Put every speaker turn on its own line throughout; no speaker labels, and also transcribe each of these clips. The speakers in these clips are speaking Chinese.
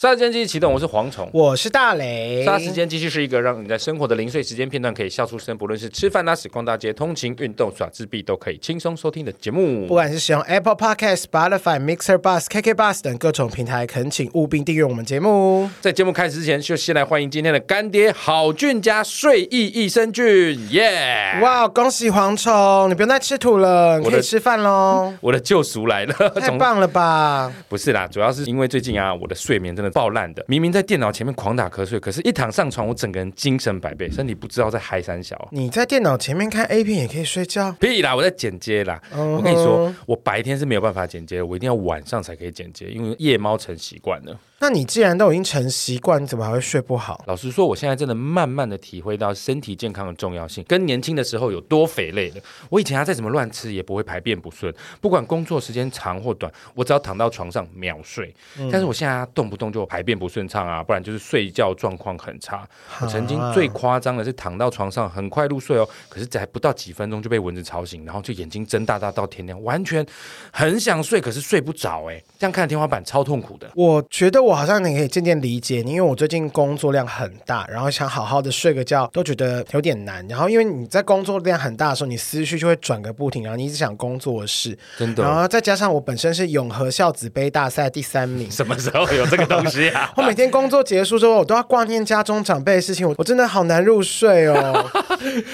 霎时间机器启动，我是蝗虫。
我是大雷。
霎时间机器是一个让你在生活的零碎时间片段可以笑出声，不论是吃饭、拉屎、逛大街、通勤、运动、耍自闭，都可以轻松收听的节
不
目。
管是使用 Apple Podcast、Spotify、Mixer、Bus、KK Bus 等各种平台，恳请务必订阅我们节目。
在节目开始之前，就先来欢迎今天的干爹好菌加睡意益生菌，耶、
哇，恭喜蝗虫，你不用再吃土了，
啊我
你可
的
以吃 饭喽，
我的救赎来了，
太
从
棒了吧！
不是啦，主要是因为最近啊，我的睡眠真的爆烂的。明明在电脑前面狂打瞌睡，可是一躺上床，我整个人精神百倍，身体不知道在嗨三小。
你在电脑前面看 A 片也可以睡觉，
屁啦！我在剪接啦。
嗯哼
我跟你说，我白天是没有办法剪接的，我一定要晚上才可以剪接，因为夜猫成习惯了。
那你既然都已经成习惯，你怎么还会睡不好？
老实说，我现在真的慢慢的体会到身体健康的重要性，跟年轻的时候有多肥累了。我以前啊，再怎么乱吃也不会排便不顺，不管工作时间长或短，我只要躺到床上秒睡。但是我现在、啊、动不动就排便不顺畅啊，不然就是睡觉状况很差。我曾经最夸张的是躺到床上很快入睡哦，可是才不到几分钟就被蚊子吵醒，然后就眼睛睁大大到天亮，完全很想睡，可是睡不着哎、这样看天花板超痛苦的。
我觉得我好像你可以渐渐理解你，因为我最近工作量很大，然后想好好的睡个觉都觉得有点难。然后因为你在工作量很大的时候，你思绪就会转个不停，然后你一直想工作的事，
真的哦
然后再加上我本身是永和孝子杯大赛第 三名。
什么时候有这个东西啊？
我每天工作结束之后，我都要挂念家中长辈的事情，我我真的好难入睡哦。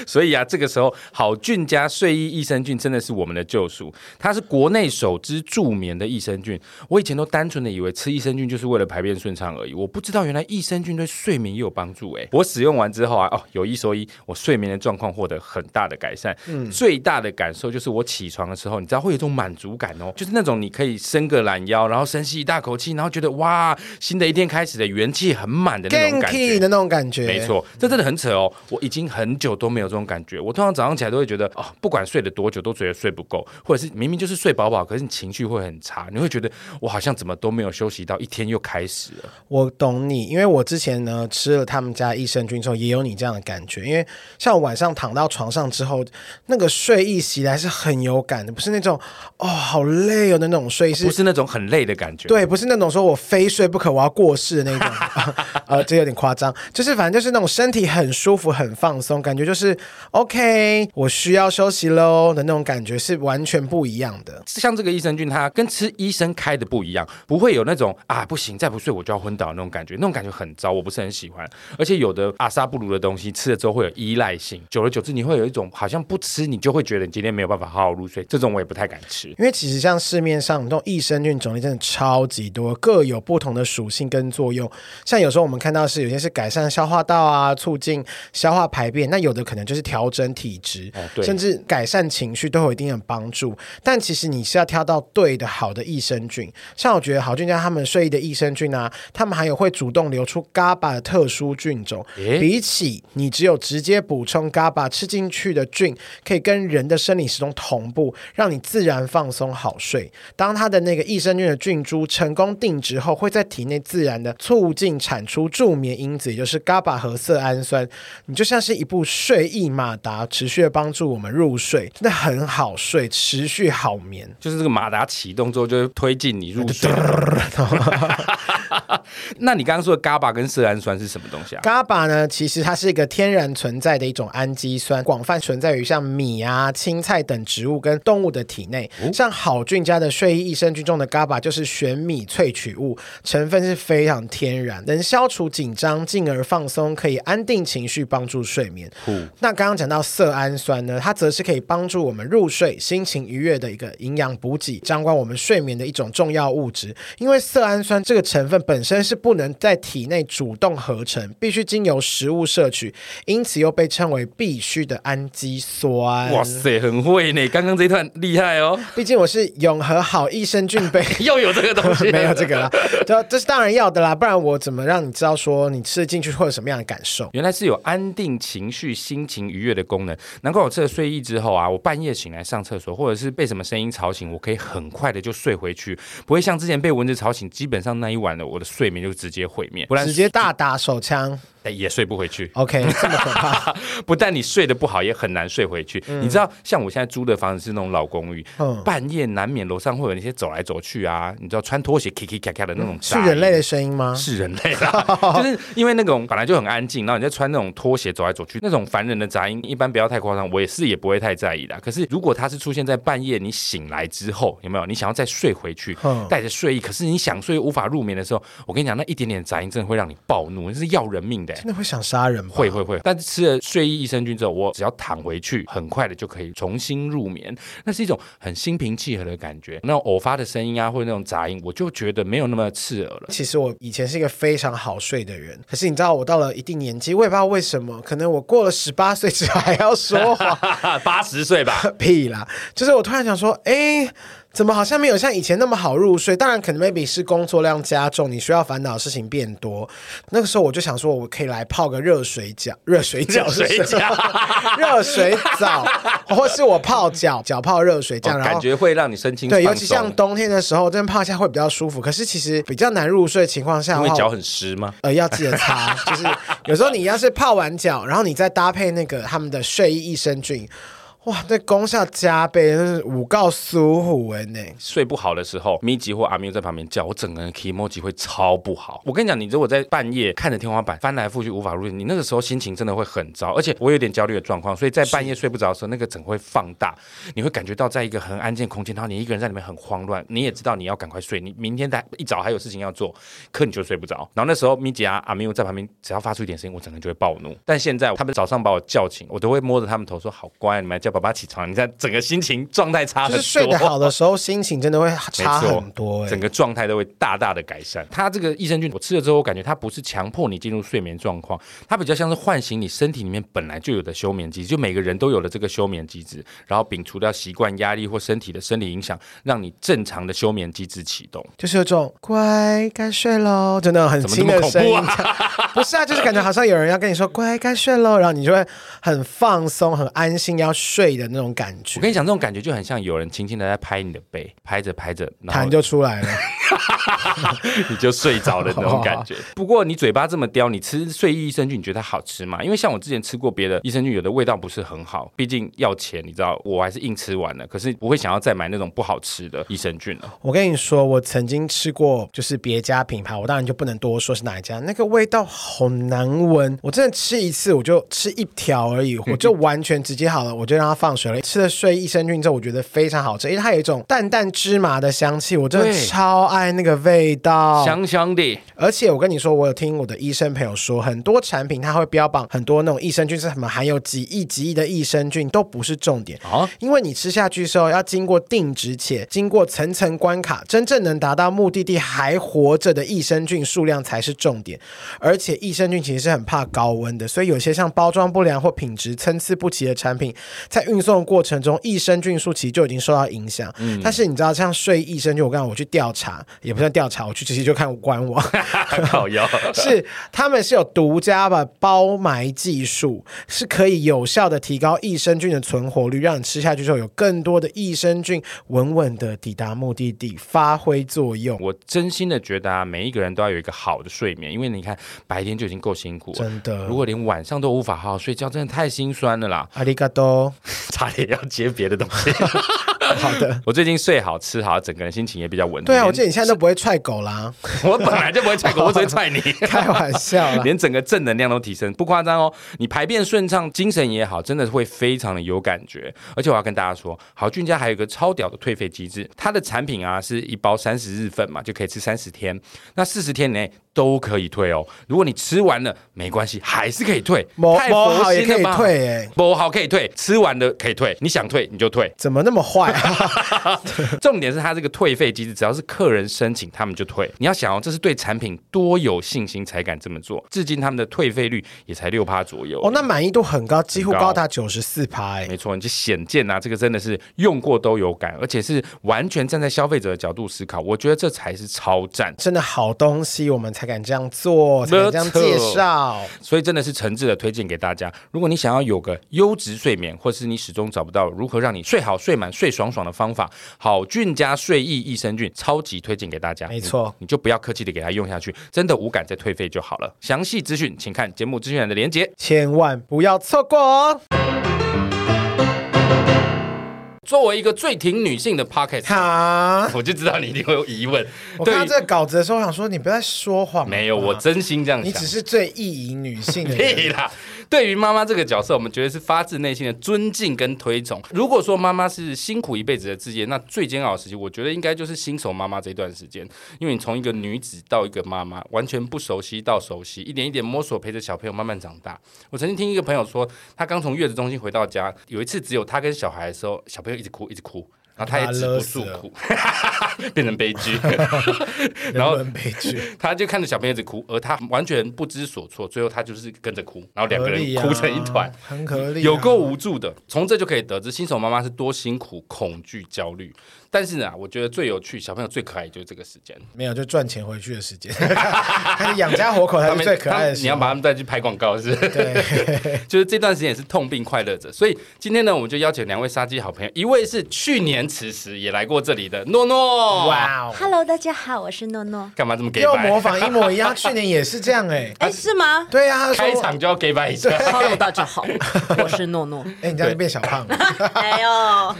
所以啊，这个时候好菌加睡衣益生菌真的是我们的救赎，它是国内首支助眠的益生菌。我以前都单纯的以为吃益生菌就是为了排便顺畅而已，我不知道原来益生菌对睡眠也有帮助诶、我使用完之后啊，哦，有一说一，我睡眠的状况获得很大的改善。最大的感受就是我起床的时候，你知道会有一种满足感哦，就是那种你可以伸个懒腰，然后深吸一大口气，然后觉得哇，新的一天开始的元气很满的 那种感
Ganky
觉。
的那种感觉，
没。错，这真的很扯哦！我已经很久都没有这种感觉。我通常早上起来都会觉得，哦，不管睡了多久，都觉得睡不够，或者是明明就是睡饱饱，可是你情绪会很差，你会觉得我好像怎么都没有休息到，一天又开始了。
我懂你，因为我之前呢吃了他们家益生菌之后，也有你这样的感觉。因为像我晚上躺到床上之后，那个睡意袭来是很有感的，不是那种哦好累哦的那种睡意，
不
是
是那种很累的感觉。，
对，不是那种说我非睡不可，我要过世的那种， 呃，这有点夸张，就是反正就是那种身体很舒服、很放松，感觉就是 OK，我需要休息喽的那种感觉是完全不一样的。
像这个益生菌，它跟吃医生开的不一样，不会有那种啊不行，再不睡我就要昏倒的那种感觉，那种感觉很糟，我不是很喜欢。而且有的阿萨布鲁的东西吃了之后会有依赖性，久而久之你会有一种好像不吃你就会觉得你今天没有办法好好入睡，这种我也不太敢吃。
因为其实像市面上这种益生菌种类真的超级多，各有不同的属性跟作用。像有时候我们看到是有些是改善消化道啊，促进消化排便，那有的可能就是调整体质，
哦对
甚至改善情绪都有一定的帮助。但其实你是要挑到对的好的益生菌，像我觉得好菌家他们睡衣的益生菌啊，他们还有会主动流出 GABA 的特殊菌种，
诶
比起你只有直接补充 GABA 吃进去的菌，可以跟人的生理时钟同步，让你自然放松好睡。当它的那个益生菌的菌株成功定植后，会在体内自然的促进产出助眠因子，也就是 GABA 和色氨酸。你就像是一部睡意马达，持续的帮助我们入睡，真的很好睡，持续好眠。
就是这个马达启动之后，就会推进你 入睡。那你刚刚说的 GABA 跟色氨酸是什么东 西啊？
GABA 呢，其实它是一个天然存在的一种氨基酸，广泛存在于像米啊、青菜等植物跟动物的体内。像好菌家的睡衣益生菌中的 GABA 就是玄米萃取物，成分是非常天然，能消除紧张，进而放松，可以安定情绪，帮助睡眠。那刚刚讲到色氨酸呢，它则是可以帮助我们入睡、心情愉悦的一个营养补给，掌管我们睡眠的一种重要物质。因为色氨酸这个成分本身是不能在体内主动合成，必须经由食物摄取，因此又被称为必需的氨基酸。
哇塞，很会呢！刚刚这一段厉害哦，
毕竟我是永和好益生菌杯。
又有这个东西，
没有这个啦，这啊这是当然要的啦，不然我怎么让你知道说你吃进去会有什么样的感受？
原来是有安定情绪、心情愉悦的功能，难怪我吃了睡意之后啊，我半夜醒来上厕所，或者是被什么声音吵醒，我可以很快的就睡回去，不会像之前被蚊子吵醒，基本上那一晚的我的睡眠就直接毁灭。不然
直接大打手枪，
但也睡不回去。
OK，这么可 怕，
不但你睡得不好，也很难睡回去。你知道，像我现在租的房子是那种老公寓，
嗯
半夜难免楼上会有那些走来走去啊，你知道穿拖鞋 k i k 咔咔的那种
嗯是
杂音，
人类的声音吗？
是人类 啦，就是因为那种本来就很安静，然后你再穿那种拖鞋走来走去，那种烦人的杂音，一般不要太夸张，我也是也不会太在意啦。可是如果它是出现在半夜你醒来之后，有没有你想要再睡回去
嗯，
带着睡意，可是你想睡无法入眠的时候，我跟你讲，那一点点杂音真的会让你暴怒，那是要人命的欸、
真的会想杀人吧？
会会会，但吃了睡意益生菌之后，我只要躺回去，很快的就可以重新入眠。那是一种很心平气和的感觉。那种偶发的声音啊，或者那种杂音，我就觉得没有那么刺耳了。
其实我以前是一个非常好睡的人，可是你知道，我到了一定年纪，我也不知道为什么，可能我过了十八岁之后还要说 谎，
八十岁 吧，
屁啦！就是我突然想说，哎、怎么好像没有像以前那么好入睡？当然，可能 maybe 是工作量加重，你需要烦恼的事情变多。那个时候我就想说，我可以来泡个热水脚， 热水脚是
水
什么
饺
热水哦澡，或是我泡脚，脚泡热水这样，
哦
然
感
后。
觉会让你身心
对，尤
放
其
松
像冬天的时候，真的泡一下会比较舒服。可是其实比较难入睡的情况下的
因
话，
为脚很湿吗？
呃，要记得 擦，就是有时候你要是泡完脚，然后你再搭配那个他们的睡衣益生菌，哇，那功效加倍，真是五告苏虎文呢。
睡不好的时候，咪吉或阿咪在旁边叫，我整个人 emoji 会超不好。我跟你讲，你如果在半夜看着天花板翻来覆去无法入睡，你那个时候心情真的会很糟。而且我有点焦虑的状况，所以在半夜睡不着的时候，那个整个会放大，你会感觉到在一个很安静的空间，然后你一个人在里面很慌乱，你也知道你要赶快睡，你明天在一早还有事情要做，可你就睡不着。然后那时候咪吉啊阿咪在旁边，只要发出一点声音，我整个人就会暴怒。但现在他们早上把我叫醒，我都会摸着他们头说：“好乖，你们来叫爸爸起床。”你看整个心情状态啊差很
就
多。
是睡得好的时候，心情真的会
没
差
错
很多哎
整。个状态都会大大的改善。它这个益生菌，我吃了之后，我感觉它不是强迫你进入睡眠状况，它比较像是唤醒你身体里面本来就有的休眠机制，就每个人都有了这个休眠机制，然后摒除掉习惯、压力或身体的生理影响，让你正常的休眠机制启动。
就是有种乖该睡喽，真的很
怎么
轻
这么
的
恐
声音
怖
这
啊
样， 不是啊，就是感觉好像有人要跟你说乖该睡喽，然后你就会很放松、很安心要睡的那种感觉
我，跟你讲，这种感觉就很像有人轻轻的在拍你的背，拍着拍着，然后
痰就出来了。
你就睡着的那种感觉。 不过你嘴巴这么刁，你吃睡意益生菌，你觉得它好吃吗？因为像我之前吃过别的益生菌，有的味道不是很好，毕竟要钱，你知道，我还是硬吃完了。可是不会想要再买那种不好吃的益生菌了。
我跟你说，我曾经吃过，就是别家品牌，我当然就不能多说是哪一家，那个味道好难闻。我真的吃一次，我就吃一条而已，我就 完全直接好了，我就让它放水了。吃了睡益生菌之后，我觉得非常好吃，因为它有一种淡淡芝麻的香气，我真的
对
超爱那个味道。
香香的，
而且我跟你说，我有听我的医生朋友说，很多产品它会标榜很多那种益生菌是什么含有几亿几亿的益生菌，都不是重点
啊
因为你吃下去之后要经过定值且经过层层关卡，真正能达到目的地还活着的益生菌数量才是重点。而且益生菌其实是很怕高温的，所以有些像包装不良或品质参差不齐的产品，在运送的过程中，益生菌数其实就已经受到影响。但是你知道，像睡益生菌，我刚才我去调查，也不算调查，我去直接就看官网。
烤 腰。
是他们是有独家的包埋技术，是可以有效的提高益生菌的存活率，让你吃下去之后有更多的益生菌稳稳的抵达目的地，发挥作用。
我真心的觉得啊，每一个人都要有一个好的睡眠，因为你看白天就已经够辛苦了。
真的
如，果连晚上都无法好好睡觉，真的太心酸了 啦！
阿里嘎多，
差点要接别的东西。
好的。
我最近睡好吃好，整个人心情也比较稳定。
对啊，我记得你现在都不会踹狗啦，
我本来就不会踹狗，我只会踹你。
开玩笑 啦。
连整个正能量都提升，不夸张哦。你排便顺畅，精神也好，真的会非常的有感觉。而且我要跟大家说，好菌家还有一个超屌的退费机制，它的产品啊是一包三十日份嘛，就可以吃三十天，那四十天内都可以退哦。如果你吃完了没关系，还是可以退，
某
太
某
佛
好也
心
可
了
以
吧。
退哎、
某好可以退，吃完的可以退，你想退你就退。
怎么那么坏、 啊？
重点是它这个退费机制，只要是客人申请，他们就退。你要想哦，这是对产品多有信心才敢这么做。至今他们的退费率也才六趴左右。
哦，那满意度很高，几乎
很高
高达九十四趴哎。
没错，你就显见啊，这个真的是用过都有感，而且是完全站在消费者的角度思考，我觉得这才是超赞。
真的好东西，我们才才敢这样做，才敢这样介绍。
所以真的是诚挚的推荐给大家。如果你想要有个优质睡眠，或是你始终找不到如何让你睡好、睡满、睡爽爽的方法，好菌加睡意益生菌超级推荐给大家。
没错
你，你就不要客气的给它用下去，真的无感再退费就好了。详细资讯请看节目资讯栏的连接。
千万不要错过哦！
作为一个最挺女性的 Pocket，
好，
我就知道你一定会有疑问。
我
对
看到这个稿子的时候，我想说你不要再说谎了吧，
没有，我真心这样想。
你只是最意淫女性的人。
屁啦！ 对于妈妈这个角色，我们觉得是发自内心的尊敬跟推崇。如果说妈妈是辛苦一辈子的事业，那最煎熬的时期，我觉得应该就是新手妈妈这段时间，因为你从一个女子到一个妈妈，完全不熟悉到熟悉，一点一点摸索，陪着小朋友慢慢长大。我曾经听一个朋友说，他刚从月子中心回到家，有一次只有他跟小孩的时候，小朋友一直哭，一直哭。然后他也止不住哭， 变成悲剧。然后
人伦悲剧，
他就看着小朋友一直哭，而他完全不知所措，最后他就是跟着哭，然后两个
合
人
理啊
哭成一团。，
很合理啊，
有够无助的，从这就可以得知新手妈妈是多辛苦、恐惧、焦虑。但是呢，啊我觉得最有趣，小朋友最可爱就是这个时间，
没有就赚钱回去的时间， 他是养家活口，
他
才
们
是最可爱
他
的
们
时
你要
候。
把他们带去拍广告是不是？ 就是这段时间也是痛并快乐着。所以今天呢，我们就邀请两位杀鸡好朋友，一位是去年此时也来过这里的诺诺，，
哇哦，
Hello，大家好，我是诺诺。
干嘛这么给
又
白？
模仿一模一样，去年也是这样 哎。
哎，是吗
对呀，他
开
说
场就要给白一下。
？Hello，大家 好，我是诺诺。
哎，你这样就变小胖了。
哎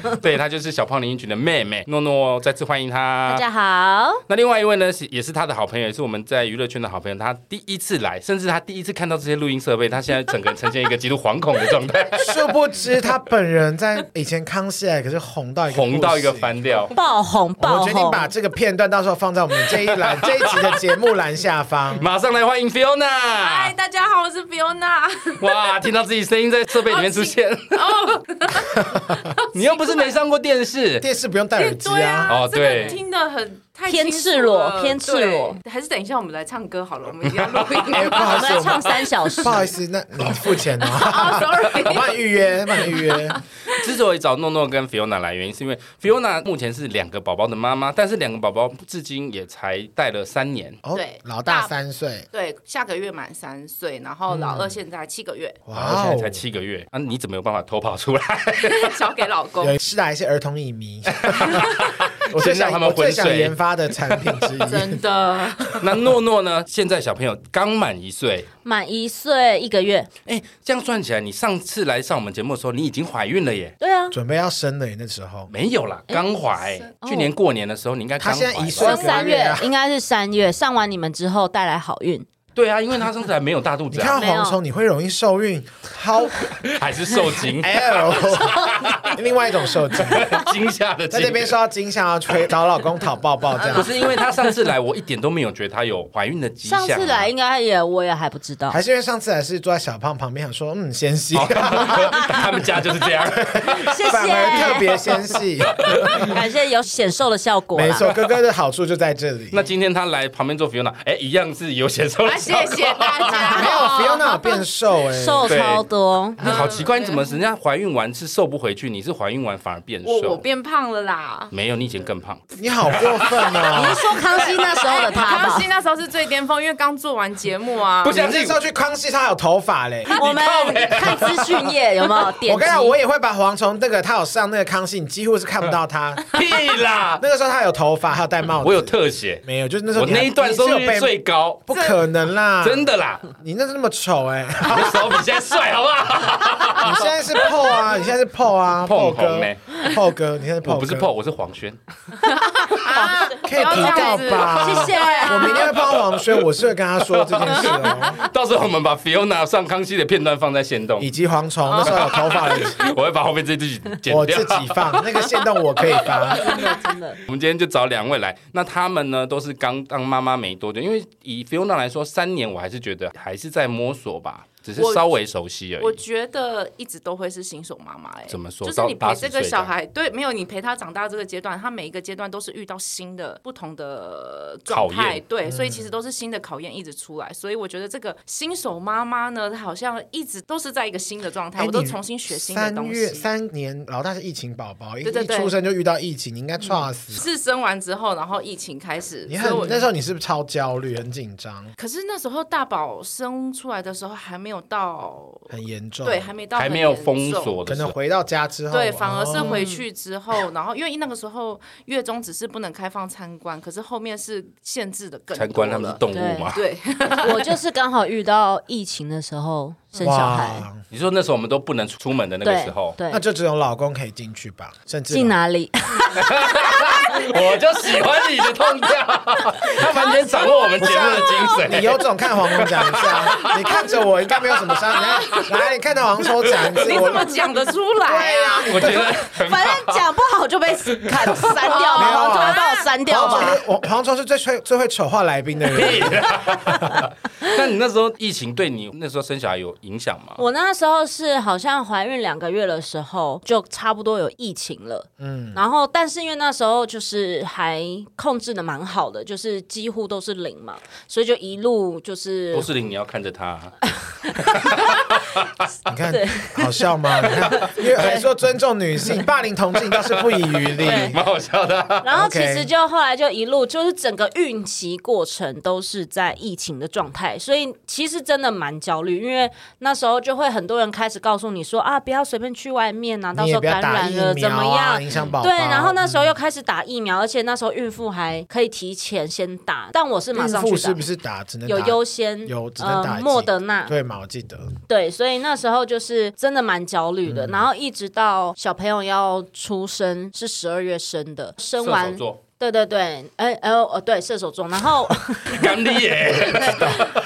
呦，
对，她就是小胖林依群的妹妹诺诺，再次欢迎她
大。家好，
那另外一位呢，是也是她的好朋友，也是我们在娱乐圈的好朋友。她第一次来，甚至她第一次看到这些录音设备，她现在整个人呈现一个极度惶恐的状 态，
殊不知他本人在以前康熙来可是红到一个
红到一个
不行。
翻掉。
爆红
我
爆
决定
红，
把这个片段到时候放在我们这一 栏这一集的节目栏下方。
马上来欢迎
啊
Fiona！
大家好，我是 Fiona。
哇，听到自己声音在设备里面出现，
哦，
啊
你又不是没上过电视，
电视不用戴耳机
对
啊，
啊，
哦
这个
对
听得很太
偏
清楚
赤裸
了
偏赤裸，
对还是等一下我们来唱歌好了，我们一定要录音。
哎不
我
好意
们
思
来唱三小时
不。好意思，那你付钱哦，
啊
我
Sorry，
帮你预约，帮你预约。
之所以找诺诺跟 Fiona 来，原因是因为 Fiona 目前是两个宝宝的妈妈，但是两个宝宝至今也才带了三年。
哦
对，
老大三岁，
对，下个月满三岁，然后老二现在七个月，
然后
哇
现在才
哦，
七个月，啊，你怎么有办法偷跑出来？
交给老公。
有施打一些儿童乙醚，我最
先让
想
他们
我最
昏
想
睡
研发的产品之一。
真的，啊
那诺诺呢？现在小朋友刚满一岁，
满一岁一个月，
哎，这样算起来，你上次来上我们节目的时候，你已经怀孕了耶？
对啊，
准备要生了耶，那时候
没有啦，刚怀
哎是。哦
去年过年的时候，你应该刚怀吧
他现在一岁
我
了
三
对
月
啊
应该是三月上完你们之后带来好运，
对啊，因为他生出来没有大肚
你
子
看
啊，
到蝗虫你会容易受孕，好
还是受惊
哎 L，另 外一种受惊，
惊吓的
在
惊。
这边受到惊吓，要吹找老公讨抱抱这
不
样，
是因为他上次来，我一点都没有觉得他有怀孕的迹象
上
啊。
次来应该也我也还不知道
还。是因为上次还是坐在小胖旁边，想说嗯纤细，
他们家就是这样。
谢
反而特
谢，
别纤细，
感谢有显瘦的效果
没
啦。
错，哥哥的好处就在这里。
那今天他来旁边做 Fiona，哎，一样是有显瘦的
啊，谢谢大 家。
没有 Fiona 有变瘦哎，
瘦超多，
你好奇怪，你怎么人家怀孕完是瘦不回去，你是怀孕完反而变
我我
瘦？
变胖了啦。
没有，你以前更 胖。
欸你好过分
你是
哦！
说康熙那时候的他
康
吧
熙？那时候是最巅峰，因为刚做完节目啊。
不
你
相
那
信
时，候去康熙，他有头发嘞。
我们看资讯业有没有 点
我跟你讲，
击
我也会把蝗虫那个他有上那个康熙，你几乎是看不到 他。
屁啦！
那个时候他有头发，还有戴帽子。
哦我有特写，
没有？就是那时候
我
你还
那一段收视率最，高，
你是有被不啊可能啦！
真的 啦！
你那是那么丑 哎，
我手比现在帅，好不 好？
你现在是 PO 啊，你现在是 PO 啊
碰
，PO
红
哥
欸
，PO 哥，你现在是 PO
我
哥
不是 PO，我是黄轩。
啊，
可以提到吧？
谢啊 谢。
我明天会帮黄轩，我是会跟他说这件事 哦，
到时候我们把 Fiona 上康熙的片段放在线动
以，及蝗虫那时候有头发的，
我会把后面这句哦剪
我
掉
自。己放那个线动，我可以 发。
真的真的，
我们今天就找两位来，那他们呢都是刚当妈妈没多久，因为以 Fiona 来说，三年我还是觉得还是在摸索吧。只是
我
稍微熟悉而
我
已。
觉得一直都会是新手妈妈哎，
怎么说
就是
到
你
80
陪这
岁
个小
这样
孩，对，没有你陪他长大这个阶段，他每一个阶段都是遇到新的不同的状
考
态，
验
对，所以其实都是新的考验一直出来。所以我觉得这个新手妈妈呢，她好像一直都是在一个新的状态，
哎
我都
你
重新学新的
三
东
月
西。
三年，老大是疫情宝宝，一
对对
一
对
出生就遇到疫情，你应该猝死。
是生完之后，然后疫情开始，
你
所
很
以我
那时候你是不是超焦虑、很紧张、
可是那时候大宝生出来的时候还没有到，
很严重？
对，还没到
哦还
很
没有
严
封
重
锁
可
的时
能
候，
回到家之后，
对，反而是
哦
回去之后，然后因为那个时候月中只是不能开放参观，可是后面是限制的更
参
多
观他们是
了。
动物嘛？
对，
我就是刚好遇到疫情的时候生小孩，
哇
你说那时候我们都不能出门的那个
对
时候，
对
那，就只有老公可以进去吧，甚至
进哪里？
我就喜欢你的痛调，他完全掌握我们节目的精
啊你
髓。
有种看黄宏讲一下，你看着我应该没有什 么伤。你看，来，你看到黄宏讲一次，
你
我
怎么讲得出来啊？
我觉得很
反正讲不好就被砍删掉
没有啊
嘛，黄总会把我删掉
黄
嘛。
宏
啊
是我黄宏是最会最会丑化来宾的人，
那你那时候疫情对你那时候生小孩有影响吗？
我那时候是好像怀孕两个月的时候，就差不多有疫情了。嗯，然后但是因为那时候就是还控制的蛮好的，就是几乎都是零嘛，所以就一路就是
都是林，你要看着他，
你看
对
好笑吗？你 看，因为还说尊重女性、霸凌同性倒是不遗余力。
对
蛮好笑的啊。
然后其
OK
实就后来就一路就是整个孕期过程都是在疫情的状态，所以其实真的蛮焦虑，因为那时候就会很多人开始告诉你说啊，不要随便去外面啊，到
你
时
也
候
不要
感
打
染
疫
了怎
苗
么
啊，
样？
影响宝宝。
对，然后那时
嗯
候又开始打疫苗，而且那时候孕妇还可以提前先打，但我是马
孕
上
妇
去打，
是不是打只能打
有优啊先，呃
有只能打一剂
莫德纳，
对嗯嘛？我记得
对，所以那时候就是真的蛮焦虑的。然后一直到小朋友要出生，是十二月生的，生
射
完
手，座，
对对对，哎哎哦哦对，射手座，然后。
干你 耶！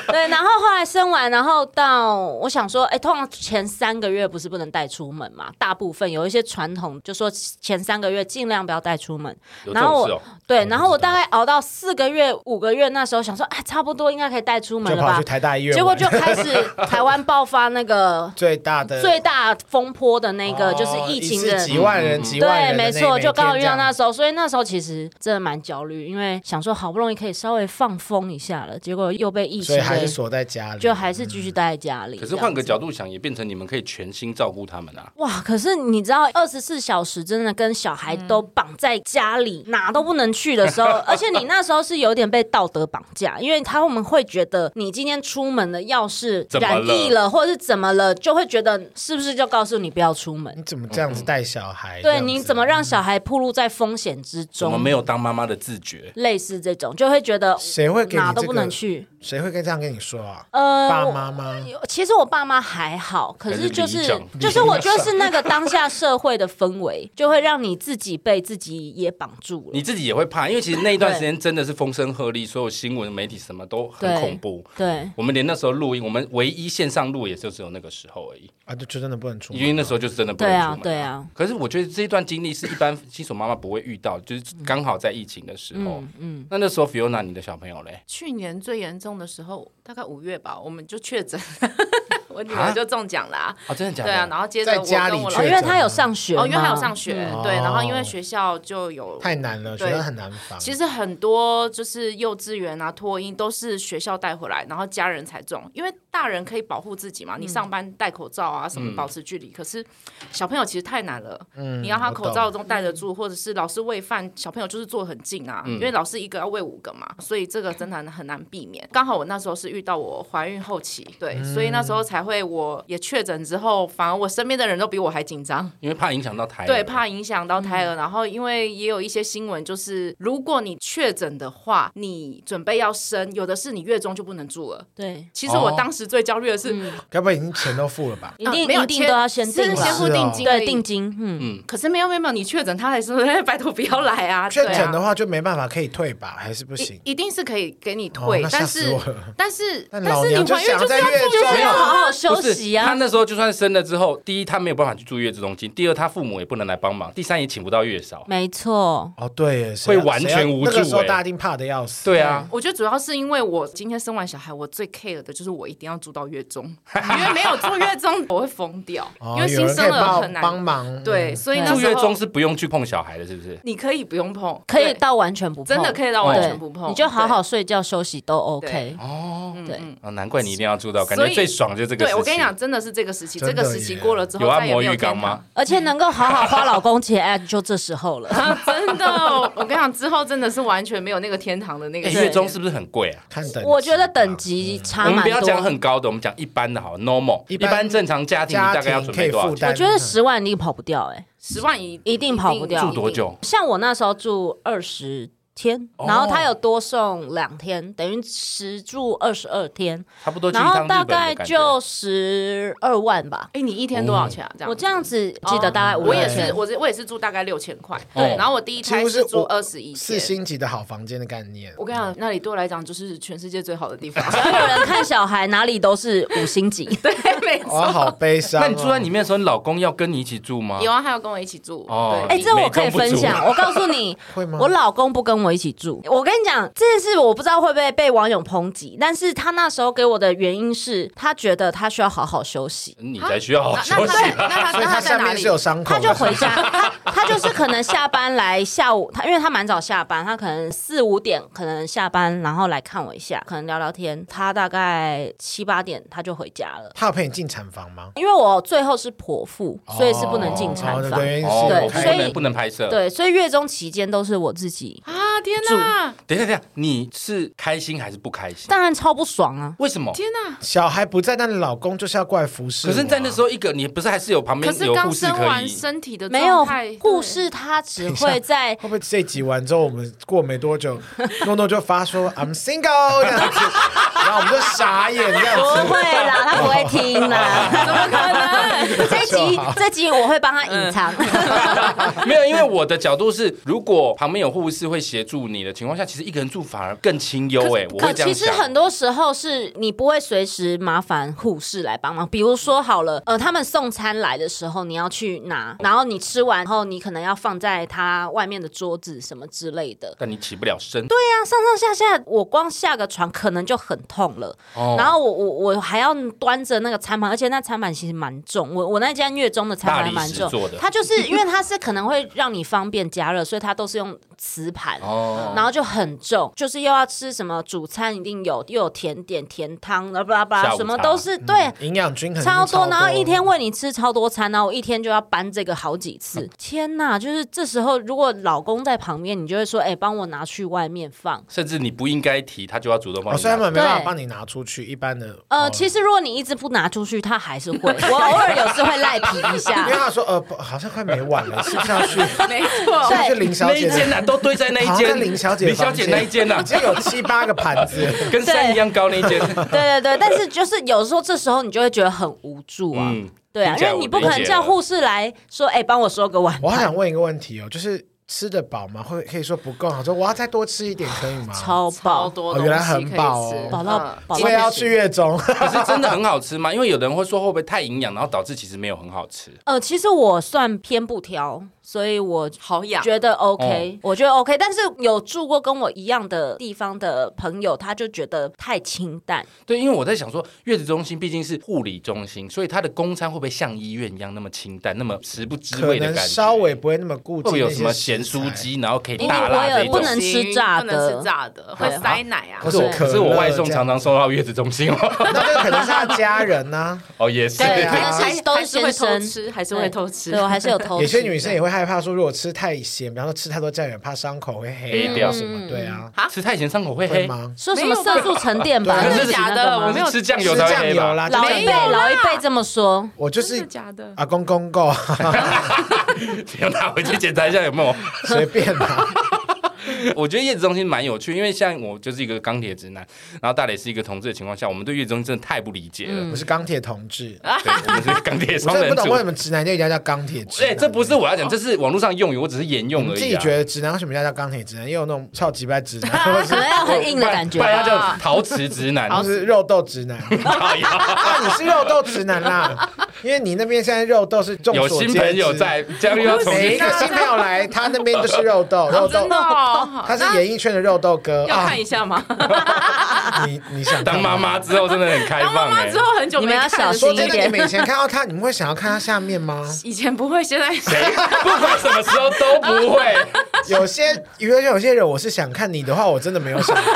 对，然后后来生完，然后到我想说，哎，通常前三个月不是不能带出门嘛？大部分有一些传统就说前三个月尽量不要带出门。
有这
然后
种
我、
事哦，
对，然后我大概熬到四个月、五个月那时候，想说，哎，差不多应该可以带出门
就
了
跑
吧
去？台大医院玩，
结果就开始台湾爆发那个
最大的
最大风波的那个，就是
哦
疫
一
情
次
的。
几万人，
嗯
几万
对，
人的那，
没错，
每
就刚好
天
遇
这样
到那时候，所以那时候其实真的蛮焦虑，因为想说好不容易可以稍微放风一下了，结果又被疫情
所以还
给
是锁在家里，
就还是继续待在家里。
可是换个角度想，也变成你们可以全心照顾他们啊。
哇！可是你知道，二十四小时真的跟小孩都绑在家里，哪都不能去的时候，而且你那时候是有点被道德绑架，因为他们会觉得你今天出门了，要是
怎么
染疫
了
了或者是怎么了，就会觉得是不是就告诉你不要出门
你？怎么这样子带小孩？这
对，
样
你
子嗯
怎么让小孩暴露在风险之
怎么
中？
没有当妈妈的自觉？
类似这种，就会觉得
谁会给你
哪都
这
不
个
能去。
谁会跟这样跟你说啊？
呃，
爸
我
妈吗？
其实我爸妈还好，可是就
还
是
是里长
就是我觉得是那个当下社会的氛围，就会让你自己被自己也绑住了
你。自己也会怕，因为其实那一段时间真的是风声鹤唳，所有新闻媒体什么都很
对
恐怖。
对，
我们连那时候录音，我们唯一线上录也就只有那个时候而已，
啊，就就真的不能出门，
因为那时候就是真的不
对
能出
啊
门。，
对啊，
可是我觉得这一段经历是一般新手妈妈不会遇到，就是刚好在疫情的时候。嗯，那那时候 Fiona 你的小朋友嘞，
去年最严重的时候，大概五月吧，我们就确诊，我女儿就中奖啦。
哦，真的假
对
的？
啊，然后接着我
啊在家里
跟我老
哦，
确
因
公，
为他有上学嘛，嗯
哦，因为她有上学，对，
哦
然后因为学校就有
太难了，觉
对
得很难防。
其实很多就是幼稚园啊、托婴都是学校带回来，然后家人才中，因为大人可以保护自己嘛，你上班戴口罩啊，什么保持距离。可是小朋友其实太难了，你让他口罩中戴得住，或者是老师喂饭，小朋友就是坐很近啊，因为老师一个要喂五个嘛，所以这个真的很难避免。刚好我那时候是遇到我怀孕后期，对，所以那时候才会我也确诊之后，反而我身边的人都比我还紧张。
因为怕影响到台，
对，怕影响到
嗯
胎儿。然后，因为也有一些新闻，就是如果你确诊的话，你准备要生，有的是你月中就不能住了。
对，
其实我
哦
当时最焦虑的是，
该不会已经钱都付了吧？
嗯一
啊
定
没有
一定
签
都要先
是啊
定
先
了，
付
是哦
定金，
对，定。金，嗯，
可是没有没有没有，你确诊，他还是说哎拜托不要来啊。
确
对
诊的
啊
话就没办法可以退吧，还是不行。
一一定是可以给你
哦
退
那，吓
但
死
是
我了
但是
但
但
老
是
娘
你
就
怀孕
想
就是
在
要
月
住，就是
中啊
要好好
有休
不是
息啊
他。那时候就算生了之后，第一他没有办法去住月子中心，第二他父母也不能来帮忙，第三也请不到月嫂。
没错，
哦，对耶，谁要
会完全
谁要
无助
那个时候
哎
大家一定怕的要死。
对
嗯
啊，
我觉得主要是因为我今天生完小孩，我最 care 的就是我一定要住到月中，因为没有住月中我会疯掉，
哦，
因为
有
新
人可
生
以
儿
帮
很难
帮忙。
对，
嗯
所以那时
住
候
月中是不用去碰小孩的，是不是？
你可以不用碰，
可以
对
到完全不碰，
真的可以到完全不碰，
对你就好好
对。
睡觉休息都 OK。
哦，
嗯
对
嗯
啊，难怪你一定要住到，感
所
觉
以
最爽就是这个事
对，
情。
我跟你讲，真的是这个时期，
真的
这个时期
耶
过了
啊
之后，
有按
再也
摩
没有
浴缸
天堂
吗？
而且能够好好花老公节，哎，就这时候了。
啊，真的，我跟你讲，之后真的是完全没有那个天堂的那个
哎
感觉。
月中是不是很贵啊？
看等级，
我觉得等级差
我们
蛮
不要讲
多。
很高的，我们讲一般的好了，normal，
一
一
般
般正常家庭你
家
大概要
庭
准
可
备
以
多少
负
钱？
担。嗯
我觉得十万你跑不掉，哎，
十万一
一定跑不掉
住多久？
像我那时候住二十天，
哦
然后他有多送两天，等于十住二十二天，
差不多去一
然
趟
后
日
大
本的
概
感觉
就十二万吧。
哎，你一天多
哦
少钱啊？这样
我这样子哦记得大概五
我
六
也
千，
啊
是，我是我也是住大概六千块，
对
然后我第一
几
胎
乎
是
是
住
五
二十一
四
天。
星级的好房间的概念。
我跟你讲，那里对我来讲就是全世界最好的地方。
只要有人看小孩，哪里都是五星级。
对，没 错。
哇，好悲伤哦。
那你住在里面的时候，你老公要跟你一起住吗？
有啊，还有跟我一起住。
哦
对
哎、这我可以分
美
享。
中
我告诉你
会吗，
我老公不跟我一起住。我跟你讲这件事，我不知道会不会被网友抨击，但是他那时候给我的原因是他觉得他需要好好休息。
你才需要
啊
好好
那
哦休
他
息
在那他
所以
那
他
他在
下
哪
面
里
是？有伤口
他
的，
就回家，他他就是可能下班来，下午他因为他蛮早下班，他可能四五点可能下班，然后来看我一下，可能聊聊天。他大概七八点他就回家了，
他有陪你进产房吗？
因为我最后是剖腹，所以是不能进产
哦对
房。
对，因为
哦，
是
对
不
开
所以
能不能拍摄。
对，所以月中期间都是我自己，
啊，天哪！
等一下，等一下，你是开心还是不开心？
当然超不爽啊。
为什么？
天哪！
小孩不在，但老公就是要过来服侍
可
我啊。
是，在那时候，一个你不是还是有旁
可
边
是
有
刚
护士
生
可
完
以？
身体的
没有
状态，
护士，他 只会在
会不会这集完之后，我们过没多久，诺诺就发 说 I'm single 这样子，然后我们就傻眼这样
不
子。
会 啦，他不会听啦，怎么可能？这集这集我会帮他隐藏，
嗯 没有，因为我的角度是，如果旁边有护士会协助你的情况下，其实一个人住反而更清幽哎，我
可
会这样
其实很
想。
多时候是你不会随时麻烦护士来帮忙，比如说好了，呃，他们送餐来的时候你要去拿，然后你吃完后你可能要放在他外面的桌子什么之类的。
但你起不了身，
那上上下下，我光下个床可能就很痛了。
哦
然后我我我还要端着那个餐盘，而且那餐盘其实蛮重。我我那家月中的餐
大
盘
理
蛮
石
重，
做的
它就是因为它是可能会让你方便加热，所以它都是用瓷盘。
哦
然后就很重，就是又要吃什么主餐，一定有又有甜点、甜汤，然后巴拉巴
下
拉，
午
什么
茶
都是对，
营养均衡
嗯超
多，
多，然后一天喂你吃超多餐，然后我一天就要搬这个好几
嗯
次。天呐，就是这时候如果老公在旁边，你就会说：“哎、帮我拿去外面放。
甚至你不应该提，他就要主动帮
哦，
你
所以他们
拿。
没办法
对
帮你拿出去，一般的”
呃，
哦
其实如果你一直不拿出去，他还是会。我偶尔有时会赖皮 一
因为
下。
他说呃，不好像快没碗 了，是不是要去？是
没错
不。是去林小
那
姐
一间啊
的？
呐，都堆在那一
好像在
间，
林小姐
林
房
小姐那一间啊呐
已，经有七八个盘子，
跟山一样高那一 间。
对对对，但是就是有时候这时候你就会觉得很无助啊。
嗯
对啊，
听起
因
来
为你
我
不可
理
能
解
叫
了
护士来说：“哎、帮我收个碗
我好
盘。
想问一个问题哦，就是吃得饱吗？会可以说不够，我说我要再多吃一点，可以吗？”
超
好
饱，
多
哦
东西
原来很
可以
饱
吃
哦
饱到
嗯
饱到
我也要去月中，
可是真的很好吃吗？因为有的人会说会不会太营养，然后导致其实没有很好吃。
呃，其实我算偏不挑，所以我
好痒。
觉得 OK，、我觉得 OK，但是有住过跟我一样的地方的朋友，他就觉得太清淡。
对，因为我在想说，月子中心毕竟是护理中心，所以它的公餐会不会像医院一样那么清淡，那么食不知
可
味的
能
感觉？
稍微不会那么顾
会
忌
不
那
会
些
有什么
食
咸酥
材
鸡，然后可以
因为
大辣
我
这种？
有不能吃炸的
不能吃炸的，会塞奶啊
或。
可是我，
对
可是我外送
可乐
常常收到月子中心哦，
那这个可能是他家人 呐、
哦也是，
对
啊
可能
还
是都
还是会
先
偷
生
吃，还是会偷吃。
对我哦还是有 偷
有些
吃。
女生也会害怕说，如果吃太咸，比方说吃太多酱油，怕伤口会黑
黑掉嗯
什么，对啊，
吃太咸伤口会
会
黑，
吗？
说什么色素沉淀吧？
没有吧
那
真的
是
假的
那个吗
我没有
是吃酱油
吃
才会
酱
黑
油
吧？
啦，
老
就是
一
没有
辈老一辈这么说，
我就
真
是
的假的？
阿公公 公
要拿回去检查一下有没有。
随便啦。
我觉得月子中心蛮有趣，因为像我就是一个钢铁直男，然后大磊是一个同志的情况下，我们对月子中心真的太不理解了。
我是钢铁同志，
对，我们是钢铁
我
啊双
真的
人
不懂
组
为。什么直男就一定要叫钢铁直
哎、
男。
这不是我要讲，这是网络上用语，我只是沿用
你
而
自
已、
己
啊。
觉得直男为什么要叫钢铁直男？也有那种超级 白直男，或者
可
是
啊能要很硬的感觉
不。然要叫
啊
陶瓷直男。哎
或是肉豆直男。
靠腰
啊，你是肉豆直男啦，因为你那边现在肉豆是众
有
所
新
皆知。啊
朋友在，将又要重
每一
新
个新朋友来，他那边就是肉 豆，肉
真
豆
的，哦，
他是演艺圈的肉豆哥
要
啊
看。一下吗？
你你想
当妈妈之后，真的很开
当妈
放
妈
哎、
之后很久
你
没
们要
看了
欸
小
说
心
真
一
的，你
点。
们以前看到他，你们会想要看他下面 吗？
以前不会，现在
谁不管什么时候都不会。
有些娱乐圈有些人，我是想看你的话，我真的没有想过。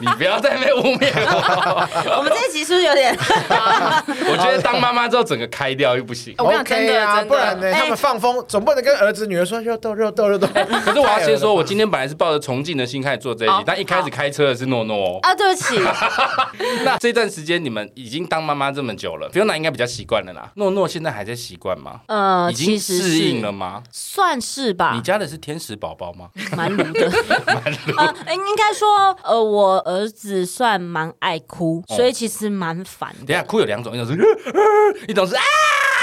你不要再被污蔑我。
我们这一集是不是有点？
我觉得当妈妈之后整个开掉又不行。
我跟你讲，真
OK
的，
啊，
真的
不然呢？
哎
他们放风总不能跟儿子女儿说肉豆肉豆肉豆。
可是我要先说，我
太恶了吧
今天本来是抱着崇敬的心开始做这一集
哦
好，
但一开始开车的是诺诺哦。
啊，对不起，
那这段时间你们已经当妈妈这么久了，菲娜应该比较习惯了啦。诺诺现在还在习惯吗？
呃，
已
其
经
实
适应
是啊
了吗？
算是
你
吧，
家的是天使宝宝吗？
蛮鲁的，啊，应应该说，呃，我儿子算蛮爱哭，
哦
所以其实蛮烦
等一
的，
下哭有两种，一种是 一种是啊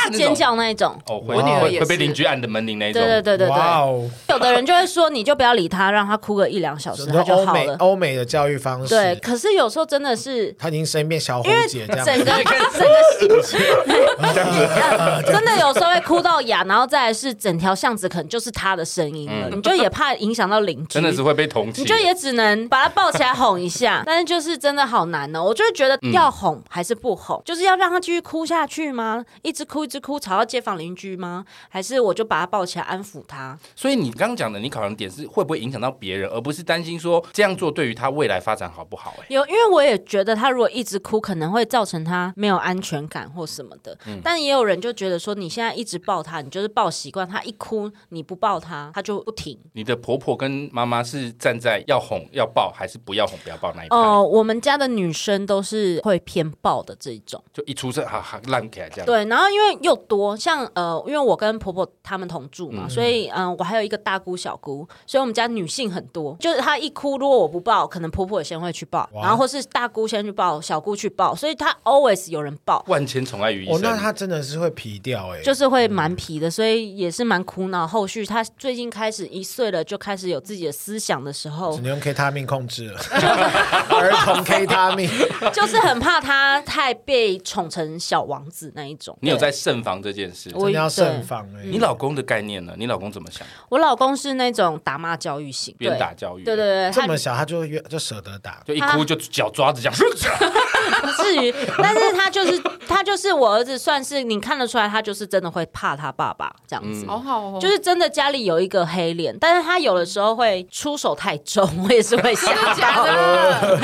那种
尖叫那一种。
哦，会
我女儿
会
也
会被
是
邻居按的门铃那一种。
对对对对
哇
对，
哦，
有的人就会说，你就不要理他，让他哭个一两小时
整
他
个
就
欧
好
美哦
了。
欧美的教育方式，
对，可是有时候真的是
他已经生变小虎姐这样
整
子。
个整个心情， 真的有时候会哭到哑，然后再来是整条巷子可能就是他的声音了，你就也怕影响到邻居，
真的是会被同情。
你就也只能把他抱起来哄一 下，但是就是真的好难哦。我就会觉得要哄还是不
嗯
哄，就是要让他继续哭下去吗？一直哭一直哭，吵到街坊邻居吗？还是我就把他抱起来安抚他？
所以你刚刚讲的，你考量点是会不会影响到别人，而不是担心说这样做对于他未来发展好不好、欸？
有，因为我也觉得他如果一直哭，可能会造成他没有安全感或什么的。但也有人就觉得说，你现在一直抱他，你就是抱习惯，他一哭你不抱他，他就不停。
你的婆婆跟妈妈是站在要哄要抱还是不要哄不要抱那一派？
哦、我们家的女生都是会偏抱的这一种。
就一出生哈哈烂起来这样。
对，然后因为又多，像呃，因为我跟婆婆她们同住嘛，所以嗯、呃我还有一个大姑小姑，所以我们家女性很多。就是她一哭，如果我不抱，可能婆婆也先会去抱，
哇
然后或是大姑先去抱，小姑去抱，所以她 always 有人抱，
万千宠爱于一
哦，
身。
那他真的是会皮掉哎、
就是会蛮皮的，所以也是蛮苦恼。后续她最近开始一岁了，就开始有自己的思想的时候
只，能用 K 他命控制了，儿童 K 他命。
就是很怕她太被宠成小王子那一种。
你有
对
在慎防这件事。
我
真的要
对
慎防哎、
你老公的概念呢？你老公怎么想？
我老公是那种打骂教育型，
鞭
对
打教育，
对对，对，
这
他
么小，他就越就舍得 打，
就一哭就脚抓着这样。
至于，但是他就是他就是我儿子，算是你看得出来，他就是真的会怕他爸爸这样
嗯
子。
好好哦，
就是真的家里有一个黑脸，但是他有的时候会出手太重，我也是会吓
真的假
到。
的？